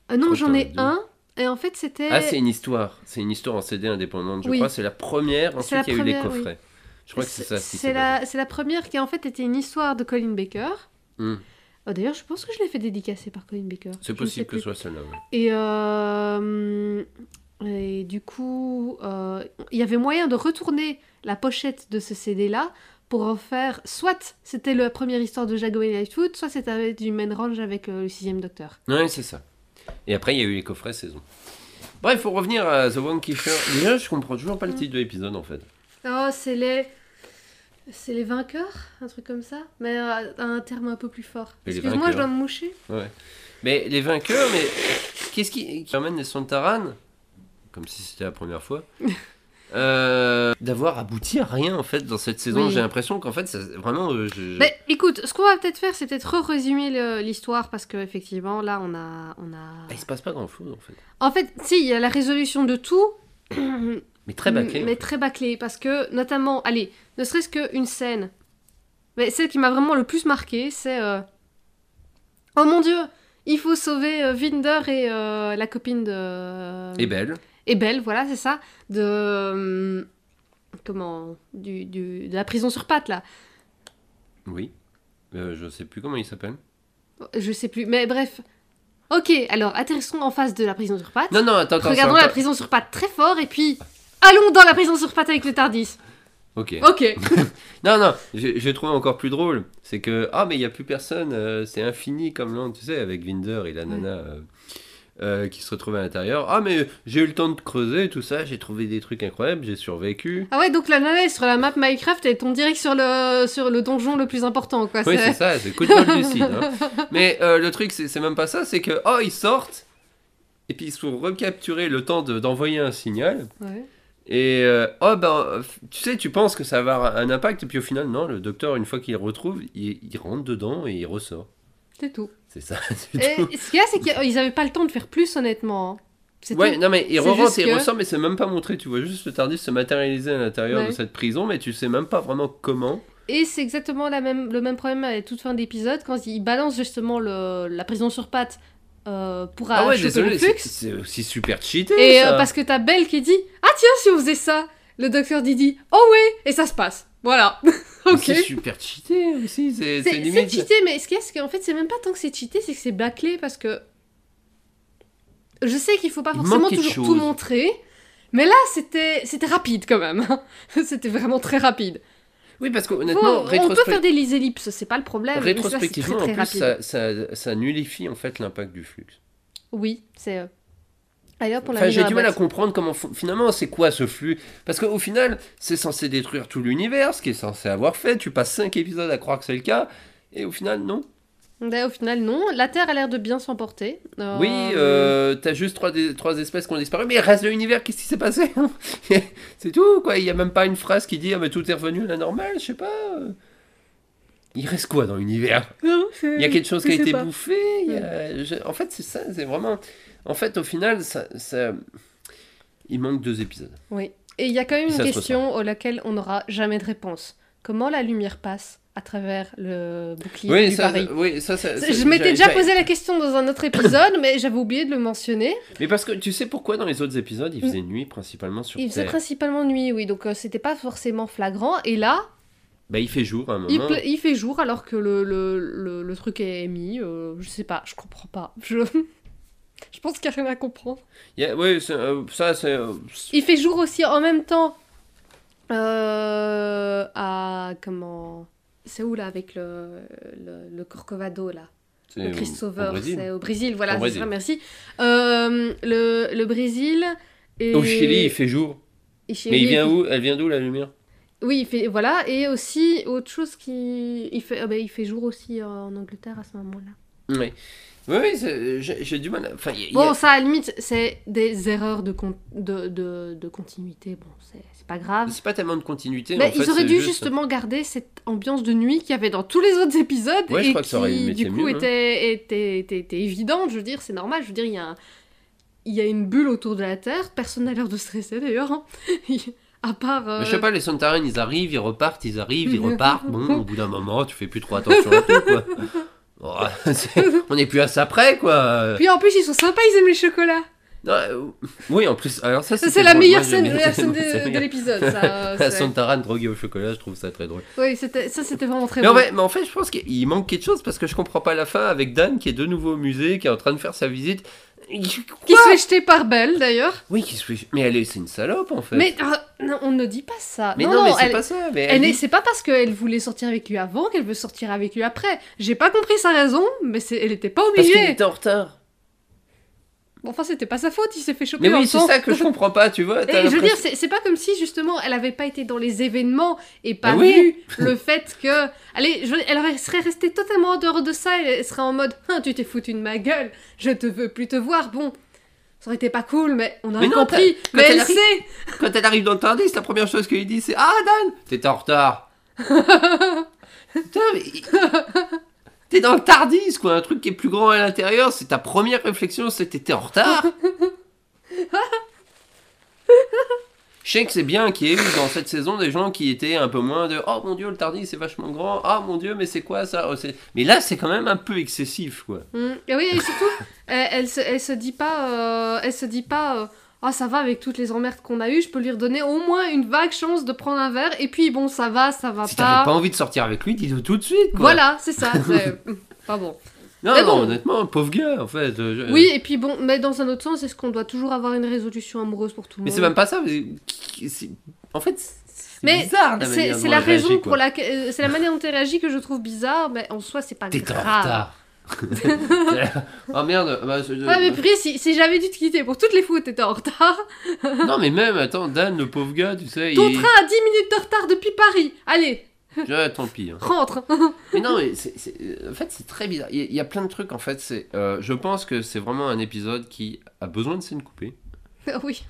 Speaker 2: Ah non,
Speaker 1: Je crois
Speaker 2: j'en
Speaker 1: que
Speaker 2: ai
Speaker 1: t'en as
Speaker 2: un. Et en fait, c'était.
Speaker 1: Ah, c'est une histoire. C'est une histoire en CD indépendante, je
Speaker 2: Oui.
Speaker 1: crois. C'est la première.
Speaker 2: C'est la
Speaker 1: Ensuite, il y a eu les
Speaker 2: première, oui.
Speaker 1: coffrets. Je crois que c'est ça. ce qui s'est
Speaker 2: C'est la, c'est la première qui en fait était une histoire de Colin Baker.
Speaker 1: Hmm.
Speaker 2: Euh, D'ailleurs, je pense que je l'ai fait dédicacer par Colin
Speaker 1: C'est
Speaker 2: Baker. Je ne sais
Speaker 1: possible que
Speaker 2: plus.
Speaker 1: ce soit celle-là. ouais.
Speaker 2: Et, euh, et du coup, euh, il y avait moyen de retourner la pochette de ce CD-là pour en faire. Soit c'était la première histoire de Jago et Lightfoot, soit c'était avec du main range avec euh, le sixième docteur.
Speaker 1: Ouais, c'est ça. Et après, il y a eu les coffrets saison. Bref, pour revenir à The One Kiefer. Déjà, je comprends toujours pas le titre de l'épisode en fait.
Speaker 2: Oh, c'est les. C'est les vainqueurs, un truc comme ça, mais euh, un terme un peu plus fort.
Speaker 1: Les
Speaker 2: Excuse-moi, je dois
Speaker 1: vainqueurs.
Speaker 2: me moucher.
Speaker 1: Mais les vainqueurs, mais qu'est-ce qui, qui amène les Santaran, comme si c'était la première fois, euh, d'avoir abouti à rien en fait dans cette saison
Speaker 2: Oui.
Speaker 1: J'ai l'impression qu'en fait, ça, vraiment, euh, je- je-
Speaker 2: Mais écoute, ce qu'on va peut-être faire, c'est peut-être re-résumer le- l'histoire parce que effectivement, là, on a, on a.
Speaker 1: Ah, il se passe pas grand-chose en fait.
Speaker 2: En fait, si, il y a la résolution de tout.
Speaker 1: Mais très bâclé. en
Speaker 2: Mm, Mais
Speaker 1: fait.
Speaker 2: très bâclé parce que, notamment, allez, ne serait-ce qu'une scène. Mais celle qui m'a vraiment le plus marqué, c'est. euh, Oh mon dieu, il faut sauver euh, Vinder et euh, la copine de.
Speaker 1: Et belle.
Speaker 2: et Belle, voilà, c'est ça, de, hum, comment du, du- de la prison sur pattes là.
Speaker 1: Oui. Euh, je sais plus comment il s'appelle.
Speaker 2: Je sais plus, mais bref. Ok, alors atterrissons en face de la prison sur pattes.
Speaker 1: Non, non, attends, attends.
Speaker 2: Regardons
Speaker 1: c'est
Speaker 2: la
Speaker 1: encore-
Speaker 2: prison sur pattes très fort et puis allons dans la prison sur pattes avec le Tardis.
Speaker 1: Ok.
Speaker 2: Ok.
Speaker 1: Non, non, j'ai j'ai trouvé encore plus drôle. C'est que, ah, mais il n'y a plus personne, euh, c'est infini comme l'an, tu sais, avec Vinder et la nana euh, euh, qui se retrouvent à l'intérieur. Ah, mais j'ai eu le temps de creuser, tout ça, j'ai trouvé des trucs incroyables, j'ai survécu.
Speaker 2: Ah ouais, donc la nana est sur la map Minecraft et elle tombe direct sur le, sur le donjon le plus important, quoi.
Speaker 1: Oui,
Speaker 2: c'est-
Speaker 1: c'est ça, c'est coup de bol lucide. hein. Mais euh, le truc, c'est c'est même pas ça, c'est que, oh, ils sortent, et puis ils se font recapturer le temps de- d'envoyer un signal.
Speaker 2: Ouais.
Speaker 1: Et euh, oh ben, euh, tu sais, tu penses que ça va avoir un impact, et puis au final, non, le docteur, une fois qu'il le retrouve, il, il rentre dedans et il ressort.
Speaker 2: C'est tout.
Speaker 1: C'est ça, c'est tout.
Speaker 2: Et ce qu'il y a, c'est qu'ils avaient pas le temps de faire plus, honnêtement. hein. C'est
Speaker 1: Ouais,
Speaker 2: tout.
Speaker 1: non mais il
Speaker 2: C'est juste
Speaker 1: rentre, il
Speaker 2: que-
Speaker 1: ressort, mais c'est même pas montré. Tu vois juste le Tardis se matérialiser à l'intérieur
Speaker 2: Ouais.
Speaker 1: de cette prison, mais tu sais même pas vraiment comment.
Speaker 2: Et c'est exactement la même, le même problème à toute fin d'épisode quand ils balancent justement le, la prison sur pattes euh, pour
Speaker 1: Ah, ouais,
Speaker 2: choper
Speaker 1: désolé,
Speaker 2: le
Speaker 1: c'est
Speaker 2: flux.
Speaker 1: c'est aussi super cheaté.
Speaker 2: Et
Speaker 1: ça.
Speaker 2: euh, parce que t'as Belle qui dit Ah tiens, si on faisait ça, le docteur Didi, oh ouais, et ça se passe. Voilà.
Speaker 1: Mais
Speaker 2: ok.
Speaker 1: C'est super cheaté aussi. C'est c'est
Speaker 2: C'est c'est
Speaker 1: limite.
Speaker 2: cheaté, mais ce qu'il y a, c'est qu'en fait, c'est même pas tant que c'est cheaté, c'est que c'est bâclé parce que. Je sais qu'il faut pas
Speaker 1: Il manque
Speaker 2: forcément
Speaker 1: quelque
Speaker 2: toujours tout
Speaker 1: chose.
Speaker 2: montrer, mais là, c'était c'était rapide quand même. hein. c'était vraiment très rapide.
Speaker 1: Oui, parce que
Speaker 2: Faut-
Speaker 1: honnêtement,
Speaker 2: on peut
Speaker 1: rétrospect-
Speaker 2: faire des Ah les ellipses, c'est pas le problème. mais là, c'est très,
Speaker 1: rétrospectivement,
Speaker 2: très
Speaker 1: en plus,
Speaker 2: rapide.
Speaker 1: ça, ça, ça nullifie en fait l'impact du flux.
Speaker 2: Oui, c'est. euh, Allez hop, on l'a
Speaker 1: Enfin,
Speaker 2: mis dans
Speaker 1: j'ai
Speaker 2: la
Speaker 1: du mal à
Speaker 2: boîte.
Speaker 1: comprendre comment fon- finalement c'est quoi ce flux. Parce qu'au final, c'est censé détruire tout l'univers, ce qui est censé avoir fait. Tu passes 5 épisodes à croire que c'est le cas, et au final, non.
Speaker 2: Ouais, au final, non. La Terre a l'air de bien s'emporter. Euh,
Speaker 1: Oui, euh, t'as juste trois, des- trois espèces qui ont disparu, mais il reste de l'univers, qu'est-ce qui s'est passé C'est tout, quoi. Il n'y a même pas une phrase qui dit Ah, mais tout est revenu à la normale, je sais pas. Il reste quoi dans l'univers
Speaker 2: non, hein, c'est-
Speaker 1: Il y a quelque chose
Speaker 2: Euh,
Speaker 1: qui
Speaker 2: je
Speaker 1: a
Speaker 2: sais
Speaker 1: été
Speaker 2: pas.
Speaker 1: bouffé il y a- je- En fait, c'est ça, c'est vraiment. En fait, au final, ça. ça- Il manque deux épisodes.
Speaker 2: Oui. Et il y a quand même
Speaker 1: Et
Speaker 2: une
Speaker 1: ça se
Speaker 2: question à laquelle on n'aura jamais de réponse. Comment la lumière passe à travers le bouclier
Speaker 1: Oui
Speaker 2: du
Speaker 1: ça,
Speaker 2: Paris
Speaker 1: oui, ça, ça- ça-
Speaker 2: Je m'étais déjà
Speaker 1: j'avais-
Speaker 2: posé la question dans un autre épisode, mais j'avais oublié de le mentionner.
Speaker 1: Mais parce que tu sais pourquoi dans les autres épisodes, il faisait nuit principalement sur
Speaker 2: Mm. Il faisait
Speaker 1: Terre.
Speaker 2: principalement nuit, oui, donc euh, c'était pas forcément flagrant. Et là,
Speaker 1: Bah, il fait jour à un moment.
Speaker 2: il, pla- il fait jour alors que le, le, le- le truc est mis. euh, je sais pas, je comprends pas. Je, je pense qu'il y a rien à comprendre.
Speaker 1: Il y a- Oui, c'est- euh, ça, c'est. euh,
Speaker 2: Il fait jour aussi en même temps euh, à. Comment C'est où là avec le, le, le Corcovado là
Speaker 1: c'est
Speaker 2: Le
Speaker 1: au-
Speaker 2: Christ
Speaker 1: au
Speaker 2: Sauveur,
Speaker 1: Brésil.
Speaker 2: c'est au Brésil, voilà,
Speaker 1: Au
Speaker 2: c'est
Speaker 1: Brésil.
Speaker 2: ça, merci. Euh, le, le Brésil. Et...
Speaker 1: Au Chili, il fait jour.
Speaker 2: et Chili,
Speaker 1: Mais il
Speaker 2: et
Speaker 1: vient
Speaker 2: puis-
Speaker 1: où Elle vient d'où la lumière
Speaker 2: Oui, il fait, voilà, et aussi autre chose qui. Il fait, ah ben, il fait jour aussi euh, en Angleterre à ce moment-là.
Speaker 1: Oui. Oui, oui, c'est- j'ai j'ai du mal. à- Enfin, il y a- il y a-
Speaker 2: Bon, ça, à la limite, c'est des erreurs de, con- de, de, de continuité, bon, c'est c'est pas grave.
Speaker 1: c'est pas tellement de continuité.
Speaker 2: Mais
Speaker 1: en fait,
Speaker 2: Bah, ils auraient
Speaker 1: c'est
Speaker 2: dû
Speaker 1: juste-
Speaker 2: justement garder cette ambiance de nuit qu'il y avait dans tous les autres épisodes
Speaker 1: Ouais, je
Speaker 2: et
Speaker 1: crois que ça aurait
Speaker 2: qui
Speaker 1: été
Speaker 2: du coup
Speaker 1: mieux, hein.
Speaker 2: était, était, était- était évidente. Je veux dire, c'est normal. Je veux dire, il y a, un- il y a une bulle autour de la Terre. Personne n'a l'air de stresser d'ailleurs. hein. à part. euh,
Speaker 1: Mais je sais pas, les Sontarènes, ils arrivent, ils repartent, ils arrivent, ils repartent. Bon, au bout d'un moment, tu fais plus trop attention à tout, quoi. Oh, c'est- on n'est plus à ça près, quoi.
Speaker 2: Puis en plus, ils sont sympas. Ils aiment les chocolats.
Speaker 1: Non, euh, oui, en plus, alors ça,
Speaker 2: Ça,
Speaker 1: c'était
Speaker 2: c'est la
Speaker 1: drôle.
Speaker 2: meilleure
Speaker 1: Moi,
Speaker 2: scène,
Speaker 1: j'aimais-
Speaker 2: la scène de,
Speaker 1: c'est
Speaker 2: de
Speaker 1: la-
Speaker 2: l'épisode. Ça, euh,
Speaker 1: la
Speaker 2: c'est-
Speaker 1: Sontarane droguée au chocolat, je trouve ça très drôle.
Speaker 2: oui, c'était- ça, c'était vraiment très
Speaker 1: Mais
Speaker 2: bon.
Speaker 1: en, fait, mais en fait, je pense qu'il manque quelque chose parce que je comprends pas la fin avec Dan qui est de nouveau au musée, qui est en train de faire sa visite.
Speaker 2: Qui
Speaker 1: Quoi
Speaker 2: se fait jeter par Belle d'ailleurs.
Speaker 1: Oui, qui se fait- Mais elle est, c'est une salope en fait.
Speaker 2: Mais ah, non, on ne dit pas ça.
Speaker 1: Mais non, mais c'est
Speaker 2: elle-
Speaker 1: pas ça. Mais
Speaker 2: Elle
Speaker 1: elle
Speaker 2: n'est-
Speaker 1: dit-
Speaker 2: c'est pas parce qu'elle voulait sortir avec lui avant qu'elle veut sortir avec lui après. J'ai pas compris sa raison, mais c'est- elle était pas
Speaker 1: parce qu'il
Speaker 2: obligée.
Speaker 1: était en retard.
Speaker 2: Bon, Enfin, c'était pas sa faute, il s'est fait choper
Speaker 1: Mais
Speaker 2: dans
Speaker 1: oui,
Speaker 2: le
Speaker 1: c'est
Speaker 2: temps.
Speaker 1: ça que je comprends pas, tu vois. t'as
Speaker 2: Et Eh, je veux dire,
Speaker 1: l'impression-
Speaker 2: c'est c'est pas comme si justement elle avait pas été dans les événements et pas
Speaker 1: Ah oui.
Speaker 2: vu le fait que. Allez, je- elle aurait- serait restée totalement en dehors de ça, elle serait en mode Hein, Tu t'es foutu de ma gueule, je te veux plus te voir. Bon, ça aurait été pas cool, mais on a
Speaker 1: Mais non,
Speaker 2: compris.
Speaker 1: t'as- quand
Speaker 2: Mais
Speaker 1: elle
Speaker 2: elle
Speaker 1: arrive-
Speaker 2: sait
Speaker 1: Quand elle arrive dans le Tardis, la première chose qu'il dit, c'est Ah, Dan, t'es en retard. Putain, mais. T'es dans le Tardis, quoi. Un truc qui est plus grand à l'intérieur, c'est ta première réflexion, c'est t'étais en retard. Je sais que c'est bien qu'il y ait eu dans cette saison des gens qui étaient un peu moins de Oh mon dieu, le Tardis c'est vachement grand. Ah mon dieu, mais c'est quoi ça Oh, c'est- Mais là, c'est quand même un peu excessif, quoi.
Speaker 2: Mm. Et oui, et surtout, elle, elle se, elle se dit pas, euh, elle se dit pas, euh, Ah, ça va, avec toutes les emmerdes qu'on a eues, je peux lui redonner au moins une vague chance de prendre un verre. Et puis, bon, ça va, ça va
Speaker 1: Si
Speaker 2: pas.
Speaker 1: t'avais pas envie de sortir avec lui, dis-le tout de suite. Quoi.
Speaker 2: Ah bah. Voilà, c'est ça. c'est- pas bon.
Speaker 1: Non,
Speaker 2: Mais
Speaker 1: non,
Speaker 2: bon.
Speaker 1: honnêtement, pauvre gars, en fait. euh, je-
Speaker 2: Oui, et puis bon, mais dans un autre sens, est-ce qu'on doit toujours avoir une résolution amoureuse pour tout le
Speaker 1: Mais
Speaker 2: monde
Speaker 1: c'est même pas ça. mais qui- c'est- En fait, c'est
Speaker 2: Mais
Speaker 1: bizarre. la
Speaker 2: C'est
Speaker 1: manière
Speaker 2: c'est
Speaker 1: dont
Speaker 2: la
Speaker 1: elle réagit,
Speaker 2: raison
Speaker 1: quoi.
Speaker 2: pour laquelle. euh, C'est la manière dont elle réagit que je trouve bizarre, mais en soi, c'est pas
Speaker 1: T'es en
Speaker 2: grave.
Speaker 1: retard. oh merde. bah, je-
Speaker 2: Ouais, mais pris, si, si j'avais dû te quitter pour toutes les fois où t'étais en retard,
Speaker 1: Non, mais même, attends, Dan, le pauvre gars, tu sais.
Speaker 2: ton
Speaker 1: il...
Speaker 2: train a 10 minutes de retard depuis Paris. Allez,
Speaker 1: Ouais, tant pis. hein.
Speaker 2: rentre.
Speaker 1: Mais non, mais c'est- c'est- euh, en fait, c'est très bizarre. Il y, a- il y a plein de trucs, en fait. c'est euh, je pense que c'est vraiment un épisode qui a besoin de scènes coupées.
Speaker 2: Ah oui.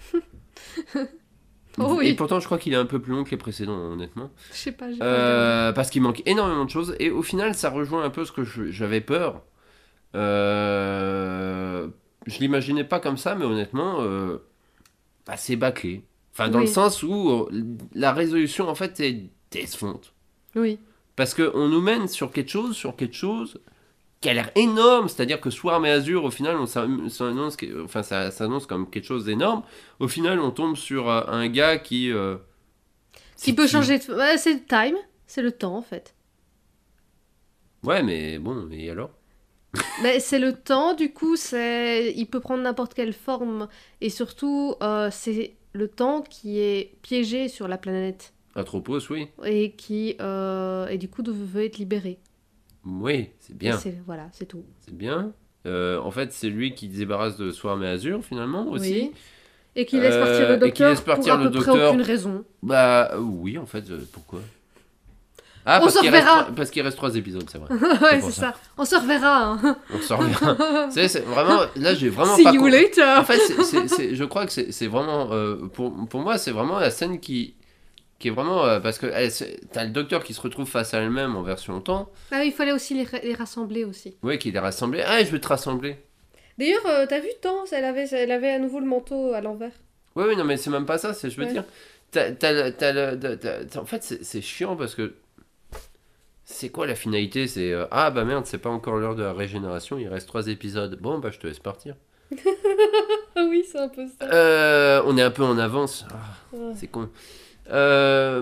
Speaker 2: Oh
Speaker 1: Et
Speaker 2: oui,
Speaker 1: pourtant, je crois qu'il est un peu plus long que les précédents, honnêtement.
Speaker 2: je sais pas. j'ai pas regardé.
Speaker 1: Euh, parce qu'il manque énormément de choses. Et au final, ça rejoint un peu ce que je- j'avais peur. Euh, je l'imaginais pas comme ça, mais honnêtement, euh, bah, c'est bâclé. Enfin, dans
Speaker 2: Oui.
Speaker 1: le sens où euh, la résolution, en fait, est décevante.
Speaker 2: Oui,
Speaker 1: Parce qu'on nous mène sur quelque chose, sur quelque chose qui a l'air énorme, c'est-à-dire que Soir mais Azur, au final, on s'am- s'annonce, que- enfin, ça s'annonce comme quelque chose d'énorme. Au final, on tombe sur euh, un gars qui. euh,
Speaker 2: qui peut changer. de- ouais, c'est le time, c'est le temps en fait.
Speaker 1: Ouais, mais bon, et alors
Speaker 2: Mais c'est le temps, du coup, c'est il peut prendre n'importe quelle forme et surtout euh, c'est le temps qui est piégé sur la planète
Speaker 1: Atropos, oui.
Speaker 2: et qui euh, et du coup veut être libéré.
Speaker 1: Oui, c'est
Speaker 2: Et
Speaker 1: bien.
Speaker 2: c'est- Voilà, c'est tout.
Speaker 1: C'est bien. Euh, en fait, c'est lui qui se débarrasse de Soir mais Azur, finalement, aussi.
Speaker 2: Oui. Et qui laisse partir
Speaker 1: Euh,
Speaker 2: le
Speaker 1: et qui
Speaker 2: docteur
Speaker 1: laisse partir
Speaker 2: pour à
Speaker 1: le
Speaker 2: peu près
Speaker 1: docteur.
Speaker 2: aucune raison.
Speaker 1: Bah, euh, oui, en fait, euh, pourquoi Ah,
Speaker 2: On
Speaker 1: parce
Speaker 2: se
Speaker 1: qu'il reste
Speaker 2: reverra.
Speaker 1: trois- parce qu'il reste trois épisodes, c'est vrai.
Speaker 2: ouais,
Speaker 1: pour
Speaker 2: c'est ça. On se reverra. hein.
Speaker 1: On se reverra. Tu sais, c'est vraiment, là, j'ai vraiment
Speaker 2: See
Speaker 1: pas
Speaker 2: you
Speaker 1: compris.
Speaker 2: later.
Speaker 1: En fait, c'est- c'est- c'est- je crois que c'est c'est vraiment. euh, pour, pour moi, c'est vraiment la scène qui, qui est vraiment. euh, parce que elle, c'est- t'as le docteur qui se retrouve face à elle-même en version temps.
Speaker 2: Ah, il fallait aussi les, ra- les rassembler aussi.
Speaker 1: Ouais, qu'il est rassemblé. Ah, je vais te rassembler.
Speaker 2: D'ailleurs, euh, t'as vu tant elle avait, elle avait à nouveau le manteau à l'envers.
Speaker 1: Ouais, ouais, non, mais c'est même pas ça, c'est je veux
Speaker 2: Ouais.
Speaker 1: dire. t'as- t'as le- t'as le- t'as- t'as- t'as- en fait, c'est c'est chiant parce que. C'est quoi la finalité C'est. euh, ah bah merde, c'est pas encore l'heure de la régénération, il reste trois épisodes. Bon, bah je te laisse partir.
Speaker 2: Ah oui, c'est un peu ça.
Speaker 1: Euh, on est un peu en avance. Ah,
Speaker 2: Ouais.
Speaker 1: c'est con. Euh,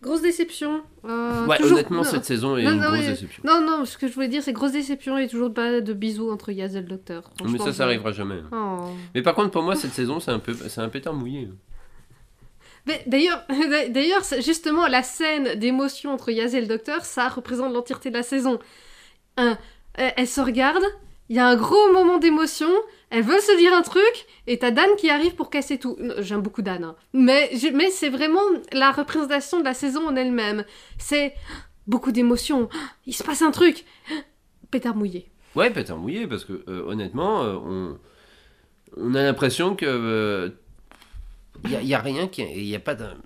Speaker 2: Grosse déception. euh,
Speaker 1: ouais,
Speaker 2: toujours-
Speaker 1: honnêtement,
Speaker 2: non.
Speaker 1: cette saison est
Speaker 2: Non,
Speaker 1: une
Speaker 2: non,
Speaker 1: grosse
Speaker 2: mais-
Speaker 1: déception.
Speaker 2: Non, non, ce que je voulais dire, c'est grosse déception et toujours pas de bisous entre Yaz et le docteur.
Speaker 1: Mais
Speaker 2: Franchement,
Speaker 1: ça,
Speaker 2: je-
Speaker 1: ça arrivera jamais. hein.
Speaker 2: Oh.
Speaker 1: Mais par contre, pour moi, cette saison, c'est un peu, c'est un pétard mouillé. hein.
Speaker 2: Mais d'ailleurs, d'ailleurs, c'est justement, la scène d'émotion entre Yaz et le docteur, ça représente l'entièreté de la saison. Un, euh, elles se regardent, il y a un gros moment d'émotion, elles veulent se dire un truc, et t'as Dan qui arrive pour casser tout. Non, J'aime beaucoup Dan, hein. mais, je- mais c'est vraiment la représentation de la saison en elle-même. C'est beaucoup d'émotions, il se passe un truc, pétard mouillé.
Speaker 1: Ouais, pétard mouillé, parce que euh, honnêtement, euh, on, on a l'impression que il n'y a, rien qui, il y a pas d'un,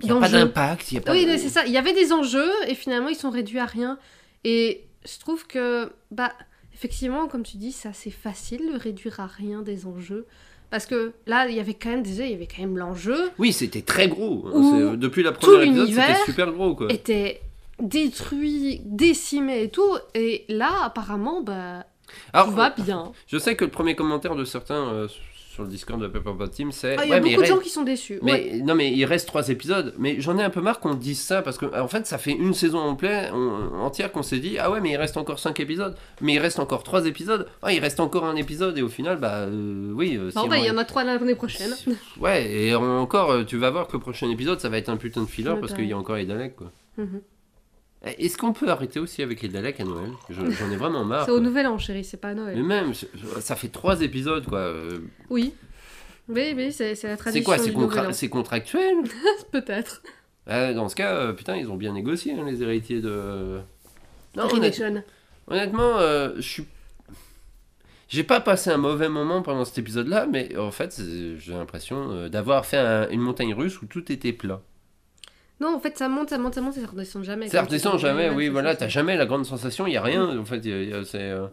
Speaker 1: y a pas
Speaker 2: D'enjeu.
Speaker 1: d'impact, il y a pas.
Speaker 2: Oui,
Speaker 1: de-
Speaker 2: non, c'est ça. Il y avait des enjeux et finalement ils sont réduits à rien. Et je trouve que, bah, effectivement, comme tu dis, ça c'est facile de réduire à rien des enjeux. Parce que là, il y avait quand même, déjà, il y avait quand même l'enjeu
Speaker 1: Oui, c'était très gros. hein.
Speaker 2: Où
Speaker 1: C'est- Depuis la première épisode,
Speaker 2: l'univers
Speaker 1: c'était super gros quoi.
Speaker 2: était détruit, décimé et tout. Et là, apparemment, bah,
Speaker 1: Alors,
Speaker 2: tout va bien.
Speaker 1: je sais que le premier commentaire de certains euh, sur le Discord de Pepperpot Team, c'est.
Speaker 2: Ah, Il y
Speaker 1: Ouais,
Speaker 2: a
Speaker 1: mais
Speaker 2: beaucoup de
Speaker 1: reste-
Speaker 2: gens qui sont déçus.
Speaker 1: Mais
Speaker 2: ouais. Bah,
Speaker 1: non, mais il reste trois épisodes. Mais j'en ai un peu marre qu'on dise ça parce que euh, en fait, ça fait une saison en plein- en- entière qu'on s'est dit ah ouais, mais il reste encore cinq épisodes. Mais il reste encore trois épisodes. Ah, il reste encore un épisode et au final, bah euh, oui. euh,
Speaker 2: Bon,
Speaker 1: si
Speaker 2: bah,
Speaker 1: on-
Speaker 2: il y en a trois l'année prochaine.
Speaker 1: Ouais, et en- encore, euh, tu vas voir que le prochain épisode, ça va être un putain de filler
Speaker 2: Ouais,
Speaker 1: parce
Speaker 2: bah
Speaker 1: qu'il y
Speaker 2: ouais.
Speaker 1: a encore les Daleks quoi.
Speaker 2: Mhm.
Speaker 1: Eh, Est-ce qu'on peut arrêter aussi avec les Daleks à Noël Je- J'en ai vraiment marre.
Speaker 2: c'est au
Speaker 1: quoi.
Speaker 2: nouvel an, chérie, c'est pas à Noël.
Speaker 1: Mais même, c'est- ça fait trois épisodes quoi. Euh,
Speaker 2: Oui. Oui, oui, c'est c'est la
Speaker 1: C'est
Speaker 2: tradition
Speaker 1: quoi C'est
Speaker 2: du nouvel
Speaker 1: contra-
Speaker 2: an.
Speaker 1: c'est contractuel
Speaker 2: Peut-être.
Speaker 1: Euh, dans ce cas, euh, putain, ils ont bien négocié, hein, les héritiers de. Non, honnête-
Speaker 2: Connection.
Speaker 1: honnêtement, euh, je suis. J'ai pas passé un mauvais moment pendant cet épisode-là, mais en fait, c'est- j'ai l'impression euh, d'avoir fait un- une montagne russe où tout était plat.
Speaker 2: Non, en fait, ça monte, ça monte, ça monte, et ça redescend jamais.
Speaker 1: Ça
Speaker 2: Comme tu
Speaker 1: redescend
Speaker 2: dis,
Speaker 1: jamais,
Speaker 2: ouais,
Speaker 1: oui,
Speaker 2: c'est
Speaker 1: voilà,
Speaker 2: ça,
Speaker 1: t'as
Speaker 2: c'est-
Speaker 1: jamais la grande sensation, il y a rien, en fait, y a- y a- c'est. euh,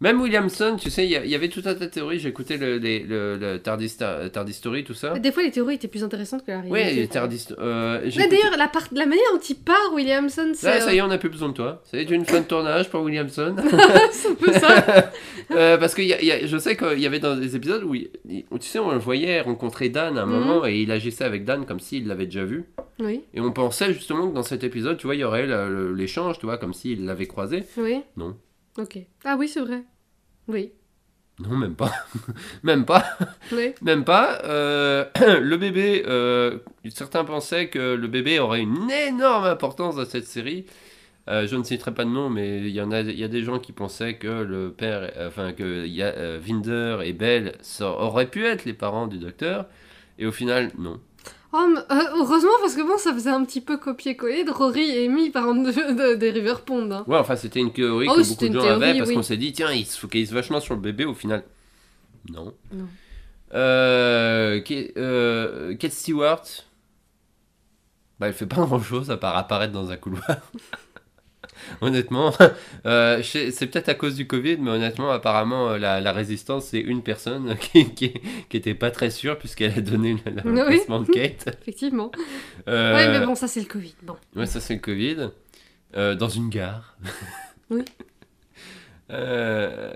Speaker 1: Même Williamson, tu sais, il y, a- il y avait tout un tas de théories. J'écoutais le, les- le, le Tardista- Tardistory, tout ça.
Speaker 2: Des fois, les théories étaient plus intéressantes que la réalité.
Speaker 1: Ouais, Tardist. euh,
Speaker 2: Là,
Speaker 1: j'écoutais-
Speaker 2: D'ailleurs, la, part- la manière dont il part, Williamson, c'est
Speaker 1: Là,
Speaker 2: euh,
Speaker 1: ça y est, on n'a plus besoin de toi. C'est une fin de tournage pour Williamson.
Speaker 2: c'est un peu ça.
Speaker 1: Euh, parce que y a- y a- je sais qu'il y avait dans des épisodes où, il- il- tu sais, on le voyait rencontrer Dan à un
Speaker 2: Mhm.
Speaker 1: moment et il agissait avec Dan comme s'il l'avait déjà vu.
Speaker 2: Oui,
Speaker 1: Et on pensait justement que dans cet épisode, tu vois, il y aurait le- le- l'échange, tu vois, comme s'il l'avait croisé.
Speaker 2: oui.
Speaker 1: Non.
Speaker 2: Ok. Ah oui, c'est vrai. Oui.
Speaker 1: Non, même pas. même pas.
Speaker 2: Oui.
Speaker 1: Même pas. Euh, le bébé, euh, certains pensaient que le bébé aurait une énorme importance dans cette série. Euh, je ne citerai pas de nom, mais il y en a, il y a des gens qui pensaient que le père, enfin que Ya- euh, Vinder et Belle ça auraient pu être les parents du docteur. Et au final, non.
Speaker 2: Oh, mais, euh, heureusement, parce que bon, ça faisait un petit peu copier-coller de Rory et Amy, par exemple, de- de- des River Pond. hein.
Speaker 1: Ouais, enfin c'était une théorie
Speaker 2: Oh,
Speaker 1: que beaucoup de
Speaker 2: c'était une
Speaker 1: gens
Speaker 2: théorie,
Speaker 1: avaient parce
Speaker 2: oui.
Speaker 1: qu'on s'est dit tiens, ils se focalisent vachement sur le bébé. Au final, non.
Speaker 2: Non.
Speaker 1: Euh, Ke- euh, Kate Stewart, bah, elle fait pas grand chose à part apparaître dans un couloir. honnêtement, euh, je sais- c'est peut-être à cause du Covid, mais honnêtement, apparemment, euh, la, la résistance, c'est une personne qui, qui, qui était pas très sûre puisqu'elle a donné le, le
Speaker 2: Oui.
Speaker 1: remplacement de Kate.
Speaker 2: Effectivement.
Speaker 1: Euh,
Speaker 2: Ouais, mais bon, ça, c'est le Covid. Bon.
Speaker 1: Ouais, ça c'est le Covid. Euh, dans une gare.
Speaker 2: Oui.
Speaker 1: Euh,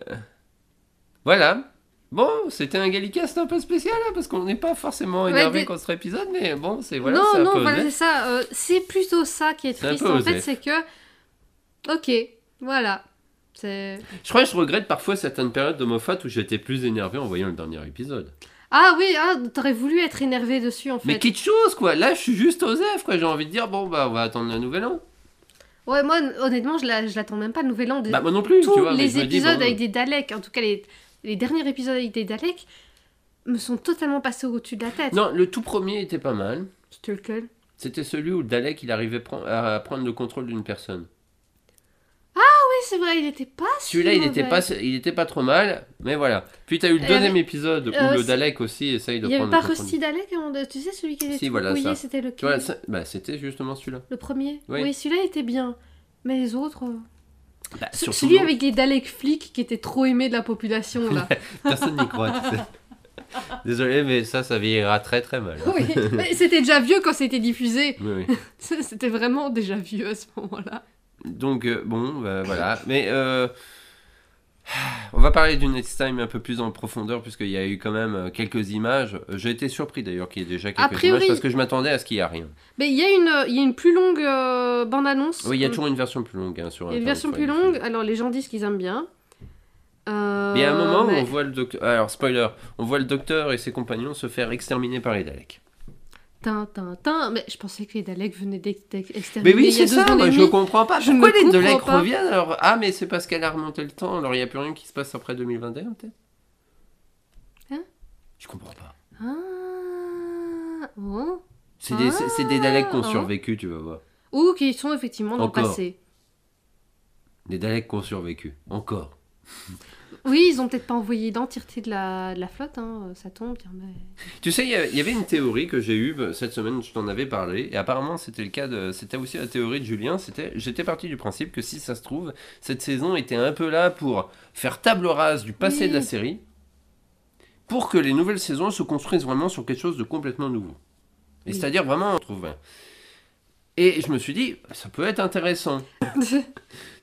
Speaker 1: Voilà. Bon, c'était un Gallicast un peu spécial, hein, parce qu'on n'est pas forcément
Speaker 2: Ouais,
Speaker 1: énervé
Speaker 2: des-
Speaker 1: contre cet épisode, mais bon, c'est voilà. c'est
Speaker 2: non,
Speaker 1: un
Speaker 2: non,
Speaker 1: peu
Speaker 2: voilà,
Speaker 1: osé.
Speaker 2: c'est ça. euh, c'est plutôt ça qui est
Speaker 1: C'est un
Speaker 2: triste,
Speaker 1: peu
Speaker 2: en
Speaker 1: osé.
Speaker 2: fait, c'est que. Ok, voilà. C'est.
Speaker 1: Je crois que je regrette parfois certaines périodes de Moffat où j'étais plus énervé en voyant le dernier épisode.
Speaker 2: Ah oui, ah, t'aurais voulu être énervé dessus, en fait.
Speaker 1: Mais quitte chose, quoi. Là, je suis juste Osef, quoi. J'ai envie de dire, bon, bah, on va attendre le nouvel an.
Speaker 2: Ouais, moi, honnêtement, je la- je l'attends même pas le nouvel an. de-
Speaker 1: Bah, moi non plus,
Speaker 2: tous
Speaker 1: tu vois. mais je
Speaker 2: les
Speaker 1: me dis,
Speaker 2: épisodes
Speaker 1: bon,
Speaker 2: avec des Daleks, en tout cas les, les derniers épisodes avec des Daleks, me sont totalement passés au-dessus de la tête.
Speaker 1: Non, le tout premier était pas mal.
Speaker 2: C'était lequel
Speaker 1: C'était celui où Dalek, il arrivait pre- à prendre le contrôle d'une personne.
Speaker 2: Oui, c'est vrai, il était pas si
Speaker 1: Celui-là, il
Speaker 2: mauvais.
Speaker 1: n'était pas, il était pas trop mal, mais voilà. Puis t'as eu le
Speaker 2: Euh,
Speaker 1: deuxième épisode où
Speaker 2: euh,
Speaker 1: le
Speaker 2: c'est-
Speaker 1: Dalek aussi essaye de
Speaker 2: Il y avait
Speaker 1: prendre
Speaker 2: pas
Speaker 1: le contrôle.
Speaker 2: Rusty Dalek avant de- Tu sais, celui qui était
Speaker 1: Si,
Speaker 2: tout
Speaker 1: voilà,
Speaker 2: rouillé,
Speaker 1: ça.
Speaker 2: c'était
Speaker 1: Tu
Speaker 2: lequel
Speaker 1: vois, ça- bah, c'était justement celui-là.
Speaker 2: Le premier
Speaker 1: Oui.
Speaker 2: Oui, celui-là était bien. Mais les autres. euh,
Speaker 1: Bah,
Speaker 2: ce-
Speaker 1: surtout,
Speaker 2: Celui
Speaker 1: non,
Speaker 2: avec les Daleks flics qui était trop aimé de la population, là.
Speaker 1: Personne n'y croit. tu sais. Désolé, mais ça, ça vieillira très très mal. hein.
Speaker 2: oui, mais c'était déjà vieux quand c'était diffusé.
Speaker 1: Oui, oui.
Speaker 2: C'était vraiment déjà vieux à ce moment-là.
Speaker 1: Donc, euh, bon, bah, voilà. Mais euh, on va parler du Next Time un peu plus en profondeur, puisqu'il y a eu quand même euh, quelques images. J'ai été surpris d'ailleurs qu'il y ait déjà quelques
Speaker 2: priori-
Speaker 1: images, parce que je m'attendais à ce qu'il n'y ait rien.
Speaker 2: Mais il y, a une- il y a une plus longue euh, bande-annonce.
Speaker 1: Oui, il y a
Speaker 2: qu'on-
Speaker 1: toujours une version plus longue hein, sur
Speaker 2: Il y a une
Speaker 1: Internet,
Speaker 2: version
Speaker 1: ouais,
Speaker 2: plus
Speaker 1: il faut-
Speaker 2: longue, alors les gens disent qu'ils aiment bien. Euh,
Speaker 1: Mais à un moment,
Speaker 2: mais-
Speaker 1: on voit le docteur. Alors, spoiler, on voit le docteur et ses compagnons se faire exterminer par les Daleks.
Speaker 2: Tin, tin, tin. Mais je pensais que les Daleks venaient d'ex- d'ex-
Speaker 1: Mais
Speaker 2: exterminer.
Speaker 1: oui,
Speaker 2: il y a
Speaker 1: c'est
Speaker 2: deux
Speaker 1: ça,
Speaker 2: secondes
Speaker 1: moi
Speaker 2: et
Speaker 1: je
Speaker 2: demie.
Speaker 1: comprends pas.
Speaker 2: Je ne
Speaker 1: Pourquoi les
Speaker 2: comprends
Speaker 1: Daleks
Speaker 2: pas.
Speaker 1: reviennent alors Ah, mais c'est parce qu'elle a remonté le temps, alors il n'y a plus rien qui se passe après 2021, peut-être
Speaker 2: Hein
Speaker 1: Je comprends pas.
Speaker 2: Ah, oh.
Speaker 1: C'est des, c'est- c'est des Daleks qui ont
Speaker 2: Ah.
Speaker 1: survécu, tu vas voir.
Speaker 2: Ou qu'ils sont effectivement dans
Speaker 1: Encore.
Speaker 2: le passé.
Speaker 1: Des Daleks qui ont survécu, encore.
Speaker 2: Oui, ils ont peut-être pas envoyé l'entièreté de la, de la flotte, hein, euh, ça tombe. tiens, mais-
Speaker 1: Tu sais, il y a- il y avait une théorie que j'ai eue bah, cette semaine, je t'en avais parlé, et apparemment c'était le cas de. C'était aussi la théorie de Julien, c'était. J'étais parti du principe que si ça se trouve, cette saison était un peu là pour faire table rase du passé
Speaker 2: Oui.
Speaker 1: de la série, pour que les nouvelles saisons se construisent vraiment sur quelque chose de complètement nouveau. Et
Speaker 2: Oui.
Speaker 1: c'est-à-dire vraiment, on trouve un. Et je me suis dit, ça peut être intéressant.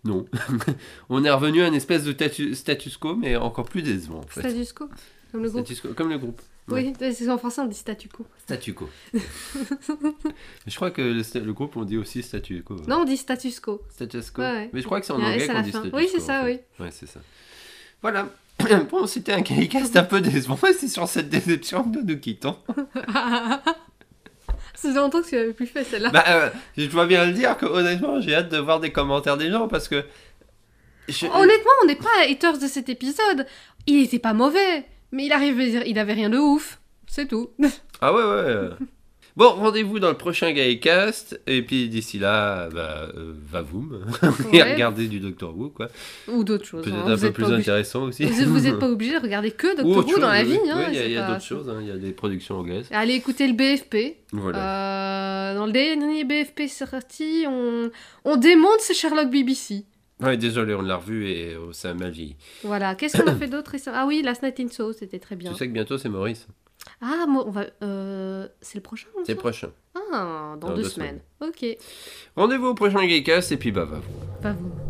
Speaker 1: Non. on est revenu à une espèce de tatu- status quo, mais encore plus décevant en fait.
Speaker 2: Status quo, comme le groupe.
Speaker 1: Status quo, comme le groupe.
Speaker 2: Oui, c'est en français on dit statu quo.
Speaker 1: Statu quo. je crois que le, le groupe on dit aussi statu quo.
Speaker 2: Non, on dit status quo.
Speaker 1: Status quo.
Speaker 2: Ouais, ouais.
Speaker 1: Mais je crois que c'est en
Speaker 2: Ouais,
Speaker 1: anglais
Speaker 2: c'est à
Speaker 1: qu'on
Speaker 2: la
Speaker 1: dit
Speaker 2: fin.
Speaker 1: status quo.
Speaker 2: Oui, c'est ça,
Speaker 1: en fait. Ouais, c'est ça. Voilà. bon, c'était un Calicast un peu décevant. et C'est sur cette déception que nous nous quittons.
Speaker 2: Ça faisait longtemps que tu l'avais plus fait celle-là.
Speaker 1: bah, euh, je dois bien le dire que honnêtement, j'ai hâte de voir des commentaires des gens parce que. je-
Speaker 2: Honnêtement, on n'est pas haters de cet épisode. Il était pas mauvais, mais il arrivait, il avait rien de ouf. C'est tout.
Speaker 1: Ah ouais, ouais. euh. Bon, rendez-vous dans le prochain Gaïcast. Et puis d'ici là, bah, euh, va vous. Et
Speaker 2: Ouais.
Speaker 1: regardez du Doctor Who, quoi.
Speaker 2: Ou d'autres choses.
Speaker 1: Peut-être
Speaker 2: hein.
Speaker 1: un
Speaker 2: Vous
Speaker 1: peu
Speaker 2: êtes
Speaker 1: plus
Speaker 2: pas obligé-
Speaker 1: intéressant aussi.
Speaker 2: Vous- Vous n'êtes pas obligé de regarder que
Speaker 1: Ou
Speaker 2: Doctor
Speaker 1: autre
Speaker 2: Who dans
Speaker 1: chose,
Speaker 2: la
Speaker 1: oui.
Speaker 2: vie.
Speaker 1: Oui,
Speaker 2: hein,
Speaker 1: il y a, il y a
Speaker 2: c'est pas-
Speaker 1: d'autres choses, hein, il y a des productions anglaises.
Speaker 2: Allez écouter le BFP.
Speaker 1: Voilà.
Speaker 2: Euh, dans le dernier BFP sorti, on, on démonte ce Sherlock BBC.
Speaker 1: Ouais, Ah désolé, on l'a revu et euh, ça m'a vieilli.
Speaker 2: Voilà. Qu'est-ce qu'on a fait d'autre récemment Ah oui, Last Night in Soho, c'était très bien.
Speaker 1: Tu sais que bientôt c'est Maurice.
Speaker 2: Ah, moi, on va. euh, c'est le prochain on
Speaker 1: C'est
Speaker 2: sort
Speaker 1: prochain.
Speaker 2: Ah, dans, deux, semaines. Ok.
Speaker 1: Rendez-vous au prochain Geekcast et puis bah va
Speaker 2: Pas vous.